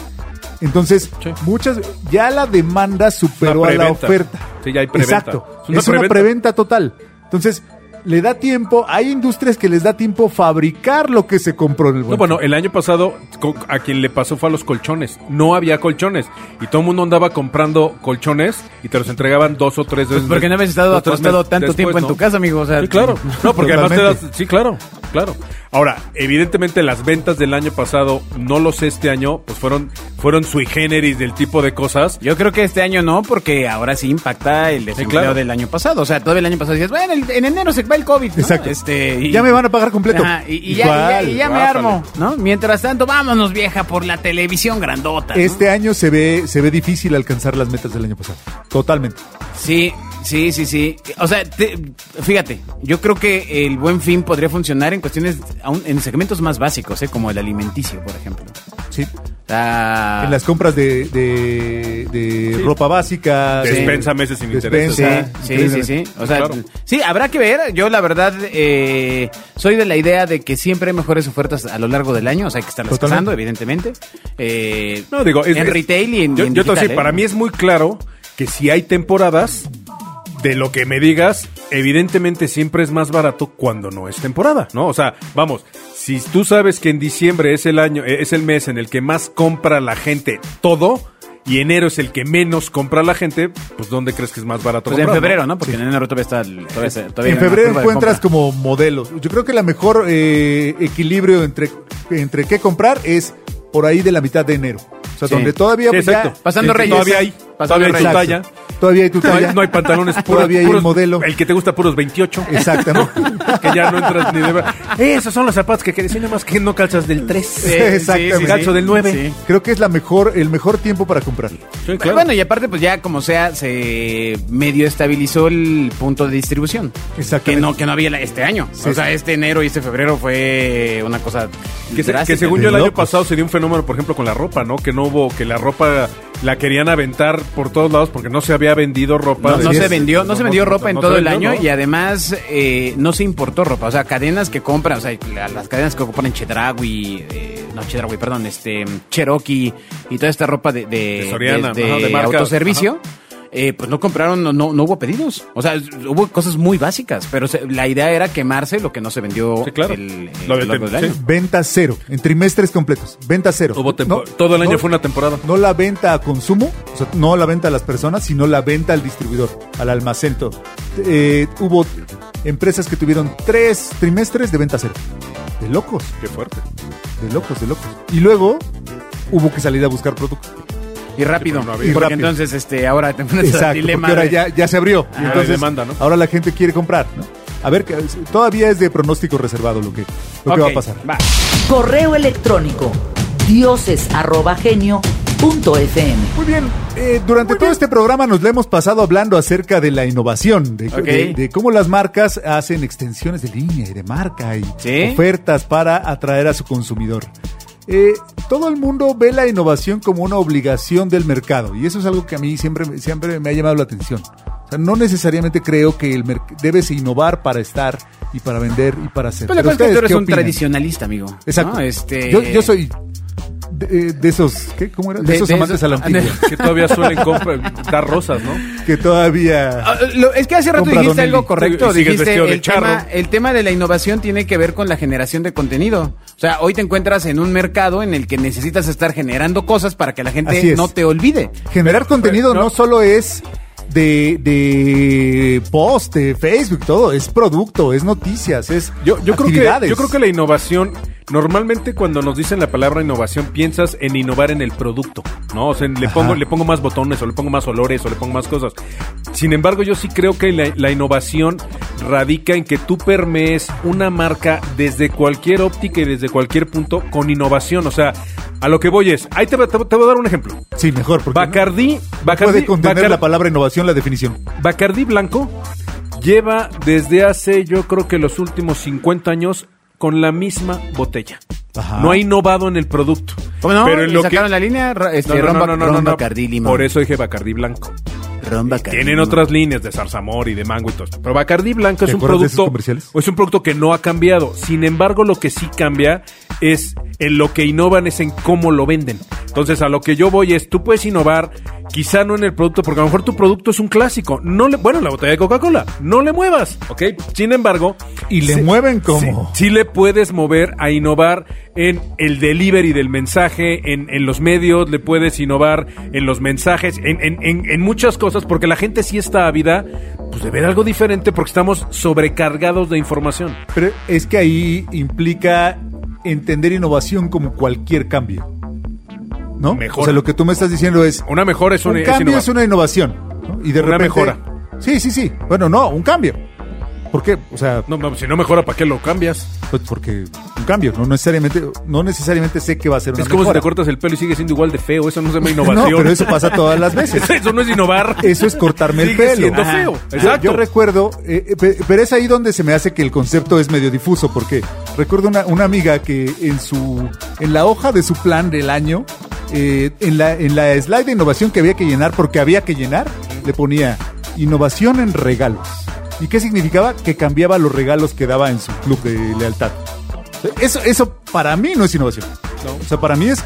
Entonces, muchas ya la demanda superó a la preventa. oferta. Sí, ya hay preventa. Exacto. Es una, preventa. total. Entonces, le da tiempo, hay industrias que les da tiempo fabricar lo que se compró en el No, buen bueno, fin. el año pasado co- a quien le pasó fue a los colchones. No había colchones. Y todo el mundo andaba comprando colchones y te los entregaban dos o tres veces. Pues porque no habías estado dos o tres acostado meses tanto después, tiempo en ¿no? tu casa, amigo. O sea, Sí, claro. No, porque además te Totalmente. das. Sí, claro, claro. Ahora, evidentemente las ventas del año pasado, no lo sé este año, pues fueron, fueron sui generis del tipo de cosas. Yo creo que este año no, porque ahora sí impacta el desempleo claro. del año pasado. O sea, todavía el año pasado decías, bueno, el- en enero se va el COVID. ¿no? Exacto. Este, y- ya me van a pagar completo. Ajá, y, y ya, y ya- y Igual. ya me Bájale. armo, ¿no? Mientras tanto, vámonos, vieja, por la televisión grandota. ¿no? Este año se ve, se ve difícil alcanzar las metas del año pasado. Totalmente. Sí, sí, sí, sí. O sea, te- fíjate, yo creo que el buen fin podría funcionar en cuestiones, aún en segmentos más básicos, ¿eh? como el alimenticio, por ejemplo. Sí. Ah, En las compras de, de- de ropa básica. de- Despensa meses sin intereses. despensa, Sí, sí, sí, sí. O sea, Claro. sí, habrá que ver. Yo, la verdad, eh, soy de la idea de que siempre hay mejores ofertas a lo largo del año. O sea, hay que estarlas Totalmente. cazando, evidentemente. Eh, No, digo, es- en es- retail y en. Yo, y en yo te voy a digital, decir, ¿eh? para mí es muy claro que si hay temporadas, de lo que me digas, evidentemente siempre es más barato cuando no es temporada, ¿no? O sea, vamos, si tú sabes que en diciembre es el año, eh, es el mes en el que más compra la gente todo. Y enero es el que menos compra la gente, pues ¿dónde crees que es más barato? Pues en comprar, no? febrero, ¿no? Porque en enero todavía está. Todavía, se- todavía en hay una febrero curva de encuentras compra. como modelos. Yo creo que la mejor eh, equilibrio entre, entre qué comprar es por ahí de la mitad de enero. O sea, Sí. donde todavía Sí, pues, ya- exacto. Pasando Sí, Reyes. Todavía hay, Pasando todavía hay tu Exacto. talla. Todavía hay tu No hay- talla. No hay pantalones puros. Todavía hay el puros- modelo. El que te gusta puros 28. Exactamente. que ya no entras ni de verdad. Esos son los zapatos que quieres, y nada más que no calzas del 3. Sí, Exactamente. sí, sí, Calzo sí. del 9. Sí. Creo que es la mejor, el mejor tiempo para comprar. Bueno, y aparte, pues ya como sea, se medio estabilizó el punto de distribución. Que Exactamente. no, que no había la- este año. Sí, o sea, sí. este enero y este febrero fue una cosa. que, se- que drástica. según yo el De año locos. pasado se dio un fenómeno, por ejemplo, con la ropa, ¿no? Que no hubo, que la ropa la querían aventar por todos lados porque no se había vendido ropa. No, de- no Así se es. vendió, no se vendió ropa en no todo se el vendió, año ¿no? y además eh, no se importó ropa. O sea, cadenas que compran, o sea, la- las cadenas que compran Chedragui, eh, no Chedragui, perdón, este Cherokee y toda esta ropa de, de, De Soriana, de- ajá, de de marcas, autoservicio. eh, pues no compraron, no, no, no hubo pedidos. O sea, hubo cosas muy básicas, pero se- la idea era quemarse lo que no se vendió Sí, claro. el, el- Lo a lo largo del- del año. sí. Venta cero, en trimestres completos, venta cero. Hubo tempo- No, todo el año no, fue una temporada. No la venta a consumo, o sea, no la venta a las personas, sino la venta al distribuidor, al almacén. todo. Eh, hubo empresas que tuvieron tres trimestres de venta cero. De locos, Qué fuerte. de locos, de locos. Y luego hubo que salir a buscar productos. Y rápido, Sí, pero no porque había. Y rápido. entonces este, ahora te pones al Exacto, dilema porque ahora de- ya, ya se abrió. Y hay entonces, demanda, ¿no? ahora la gente quiere comprar, ¿no? A ver, que- todavía es de pronóstico reservado lo que, lo que va Ok, a pasar. va. Correo electrónico dioses@genio.fm. Muy bien, eh, durante todo este programa nos le hemos pasado hablando acerca de la innovación, de, Ok. de- de cómo las marcas hacen extensiones de línea y de marca y Sí. ofertas para atraer a su consumidor. Eh, todo el mundo ve la innovación como una obligación del mercado y eso es algo que a mí siempre, siempre me ha llamado la atención. O sea, no necesariamente creo que el merc- debes innovar para estar y para vender y para hacer. Pero la Pero cosa es que tú ustedes, eres ¿qué un opinan? tradicionalista, amigo. Exacto. ¿no? Este... yo, yo soy de, de esos, ¿qué? ¿Cómo era? De, De- esos de amantes esos- a la antigua. Que todavía suelen comprar, dar rosas, ¿no? que todavía Ah, lo- es que hace rato Compra dijiste Donnelly. algo correcto. Y sigues Dijiste vestido de el tema, charro. el tema de la innovación tiene que ver con la generación de contenido. O sea, hoy te encuentras en un mercado en el que necesitas estar generando cosas para que la Así gente es. no te olvide. generar contenido pero, no. no. solo es de, de post, de Facebook, todo, es producto, es noticias, es Yo, yo, creo que, actividades. yo creo que la innovación, normalmente cuando nos dicen la palabra innovación, piensas en innovar en el producto, ¿no? O sea, en- le Ajá. pongo, le pongo más botones, o le pongo más olores, o le pongo más cosas. Sin embargo, yo sí creo que la, la innovación radica en que tú permees una marca desde cualquier óptica y desde cualquier punto con innovación. O sea, a lo que voy es, ahí te, va- te, va- te voy a dar un ejemplo. Sí, mejor, porque no- Bacardí, Bacardí, puede contener Bacar- la palabra innovación, la definición. Bacardí Blanco lleva desde hace yo creo que los últimos 50 años con la misma botella. Ajá. No ha innovado en el producto. ¿Cómo no? Pero en Y lo que... sacaron la línea ra- este, No, no, Ron no, Ba- no, no, Ron no, no. Bacardí Limón. Por eso dije Bacardí Blanco. Ron Bacardí Tienen Limón. otras líneas de zarzamor y de mango y todo esto. Pero Bacardí Blanco es ¿Te un acuerdas de esos producto comerciales? o es un producto que no ha cambiado. Sin embargo, lo que sí cambia es en lo que innovan es en cómo lo venden. Entonces, a lo que yo voy es, tú puedes innovar, quizá no en el producto, porque a lo mejor tu producto es un clásico. No le, bueno, la botella de Coca-Cola, no le muevas, ¿ok? Sin embargo, Y le sí- mueven sí- como... sí le puedes mover a innovar en el delivery del mensaje, en, en los medios, le puedes innovar en los mensajes, en, en- en- en muchas cosas, porque la gente sí está ávida pues, de ver algo diferente porque estamos sobrecargados de información. Pero es que ahí implica entender innovación como cualquier cambio. ¿No? Mejor. O sea, lo que tú me estás diciendo es Una mejora es un una, es cambio innovar. es, una innovación. ¿no? Y de Una repente. mejora. Sí, sí, sí. Bueno, no, un cambio. ¿Por qué? O sea, No, no, si no mejora, ¿para qué lo cambias? pues porque un cambio, no necesariamente, no necesariamente sé que va a ser una es como si mejora. te cortas el pelo y sigue siendo igual de feo. Eso no se llama innovación. No, pero eso pasa todas las veces. eso no es innovar. Eso es cortarme el Sigue pelo. siendo feo. Yo- Exacto. Yo, recuerdo, eh, eh, pe- pero es ahí donde se me hace que el concepto es medio difuso, porque recuerdo una, una amiga que en su en la hoja de su plan del año, eh, en, la, en la slide de innovación que había que llenar, porque había que llenar, le ponía innovación en regalos. ¿Y qué significaba? Que cambiaba los regalos que daba en su club de lealtad. Eso, eso para mí no es innovación. O sea, para mí es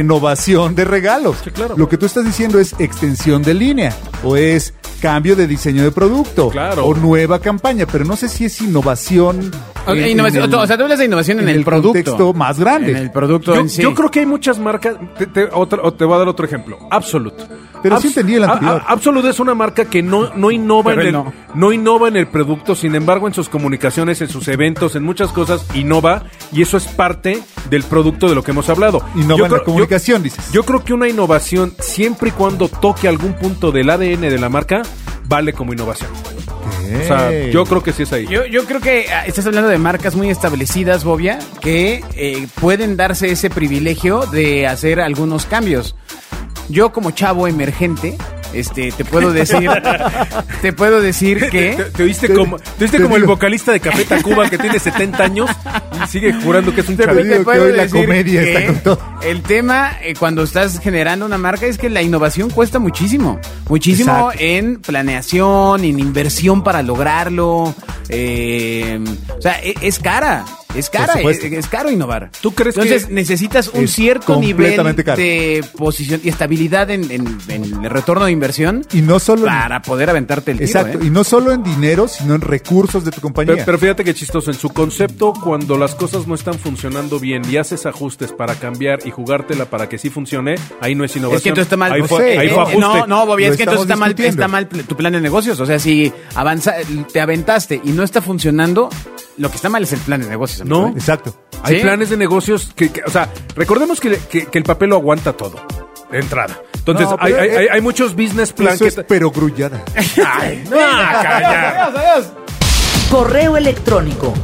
renovación de regalos. claro. Lo que tú estás diciendo es extensión de línea o es cambio de diseño de producto Claro. o nueva campaña, pero no sé si es innovación. Ok, en- en innovación- el- o sea, tú hablas de innovación en, en el, el producto. contexto más grande. En el producto Yo, en sí. yo creo que hay muchas marcas. Te, te- otra- o te voy a dar otro ejemplo. Absolute. Pero sí entendí el anterior. Absolute es una marca que no, no innova Pero en él el no. no. innova en el producto, sin embargo, en sus comunicaciones, en sus eventos, en muchas cosas innova y eso es parte del producto de lo que hemos hablado. Innova Yo en la creo- comunicación, yo- dices. Yo creo que una innovación siempre y cuando toque algún punto del ADN de la marca vale como innovación. O sea, yo creo que sí es ahí. Yo, yo creo que ah, estás hablando de marcas muy establecidas, Bobia, que eh, pueden darse ese privilegio de hacer algunos cambios. Yo como chavo emergente, este, te puedo decir, te puedo decir Te, que te- te oíste Te- como, te oíste te como el digo. vocalista de Café Tacuba que tiene 70 años y sigue jurando que es un Te chavito. digo que puedo hoy la decir comedia que está con todo. El tema eh, cuando estás generando una marca es que la innovación cuesta muchísimo. Muchísimo Exacto. en planeación, en inversión para lograrlo. eh, o sea, e- es, cara. Es cara, es, supuesto. es caro innovar. ¿Tú crees que- Entonces necesitas un Es cierto nivel completamente caro. de posición y estabilidad en, en- en el retorno de inversión Y no solo. en- para poder aventarte el tiro, exacto. ¿eh? Y no solo en dinero, sino en recursos de tu compañía. Pero, pero fíjate qué chistoso, en su concepto, cuando las cosas no están funcionando bien y haces ajustes para cambiar y jugártela para que sí funcione, ahí no es innovación. Es que entonces está mal. Ahí no fue, sé, ahí eh, fue ajuste. No, no, Bobby, Lo es que entonces está estamos mal, discutiendo. está mal pl- tu plan de negocios. O sea, si avanza, te aventaste y no está funcionando, lo que está mal es el plan de negocios. amigo, No. ¿eh? Exacto. Hay ¿Sí? planes de negocios que, que- o sea, recordemos que, que- que el papel lo aguanta todo, de entrada. Entonces, No, hay, pero, hay- eh, hay- hay muchos business plan Eso que... es pero grullada. Ay, no, Ah, calla. Correo electrónico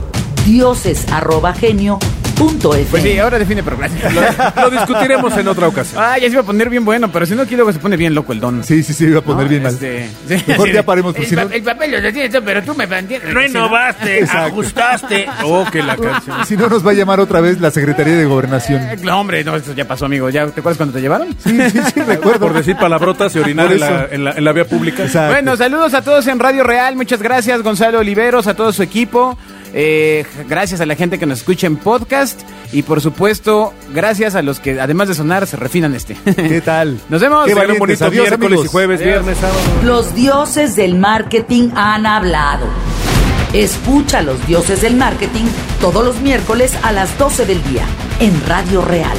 dioses@genio.fm. Pues sí, ahora define pero Lo, lo discutiremos en otra ocasión. Ah, ya se iba a poner bien bueno, pero si no, aquí luego se pone bien loco el don. Sí, sí, sí, iba a poner No, bien mal. este, sí, Mejor sí, ya de- paremos, pues, El, si no- pa- el papel lo tiene todo, pero tú me mantienes. No Sí, ¿no? innovaste, ajustaste. Oh, que la canción. Si no, nos va a llamar otra vez la Secretaría de Gobernación. Eh, No, hombre, no, esto ya pasó, amigo. ¿Ya te acuerdas cuando te llevaron? Sí, sí, sí, recuerdo. Por decir palabrotas y orinar Por en la, eso. en la- en la vía pública. Exacto. Bueno, saludos a todos en Radio Real. Muchas gracias, Gonzalo Oliveros, a todo su equipo. Eh, gracias a la gente que nos escucha en podcast. Y por supuesto, gracias a los que, además de sonar, se refinan este. ¿Qué tal? Nos vemos. Qué Tengan Tengan un valientes. bonito Adiós, miércoles amigos. y jueves, Adiós. viernes, sábado. Los dioses del marketing han hablado. Escucha a los dioses del marketing todos los miércoles a las 12 del día en Radio Real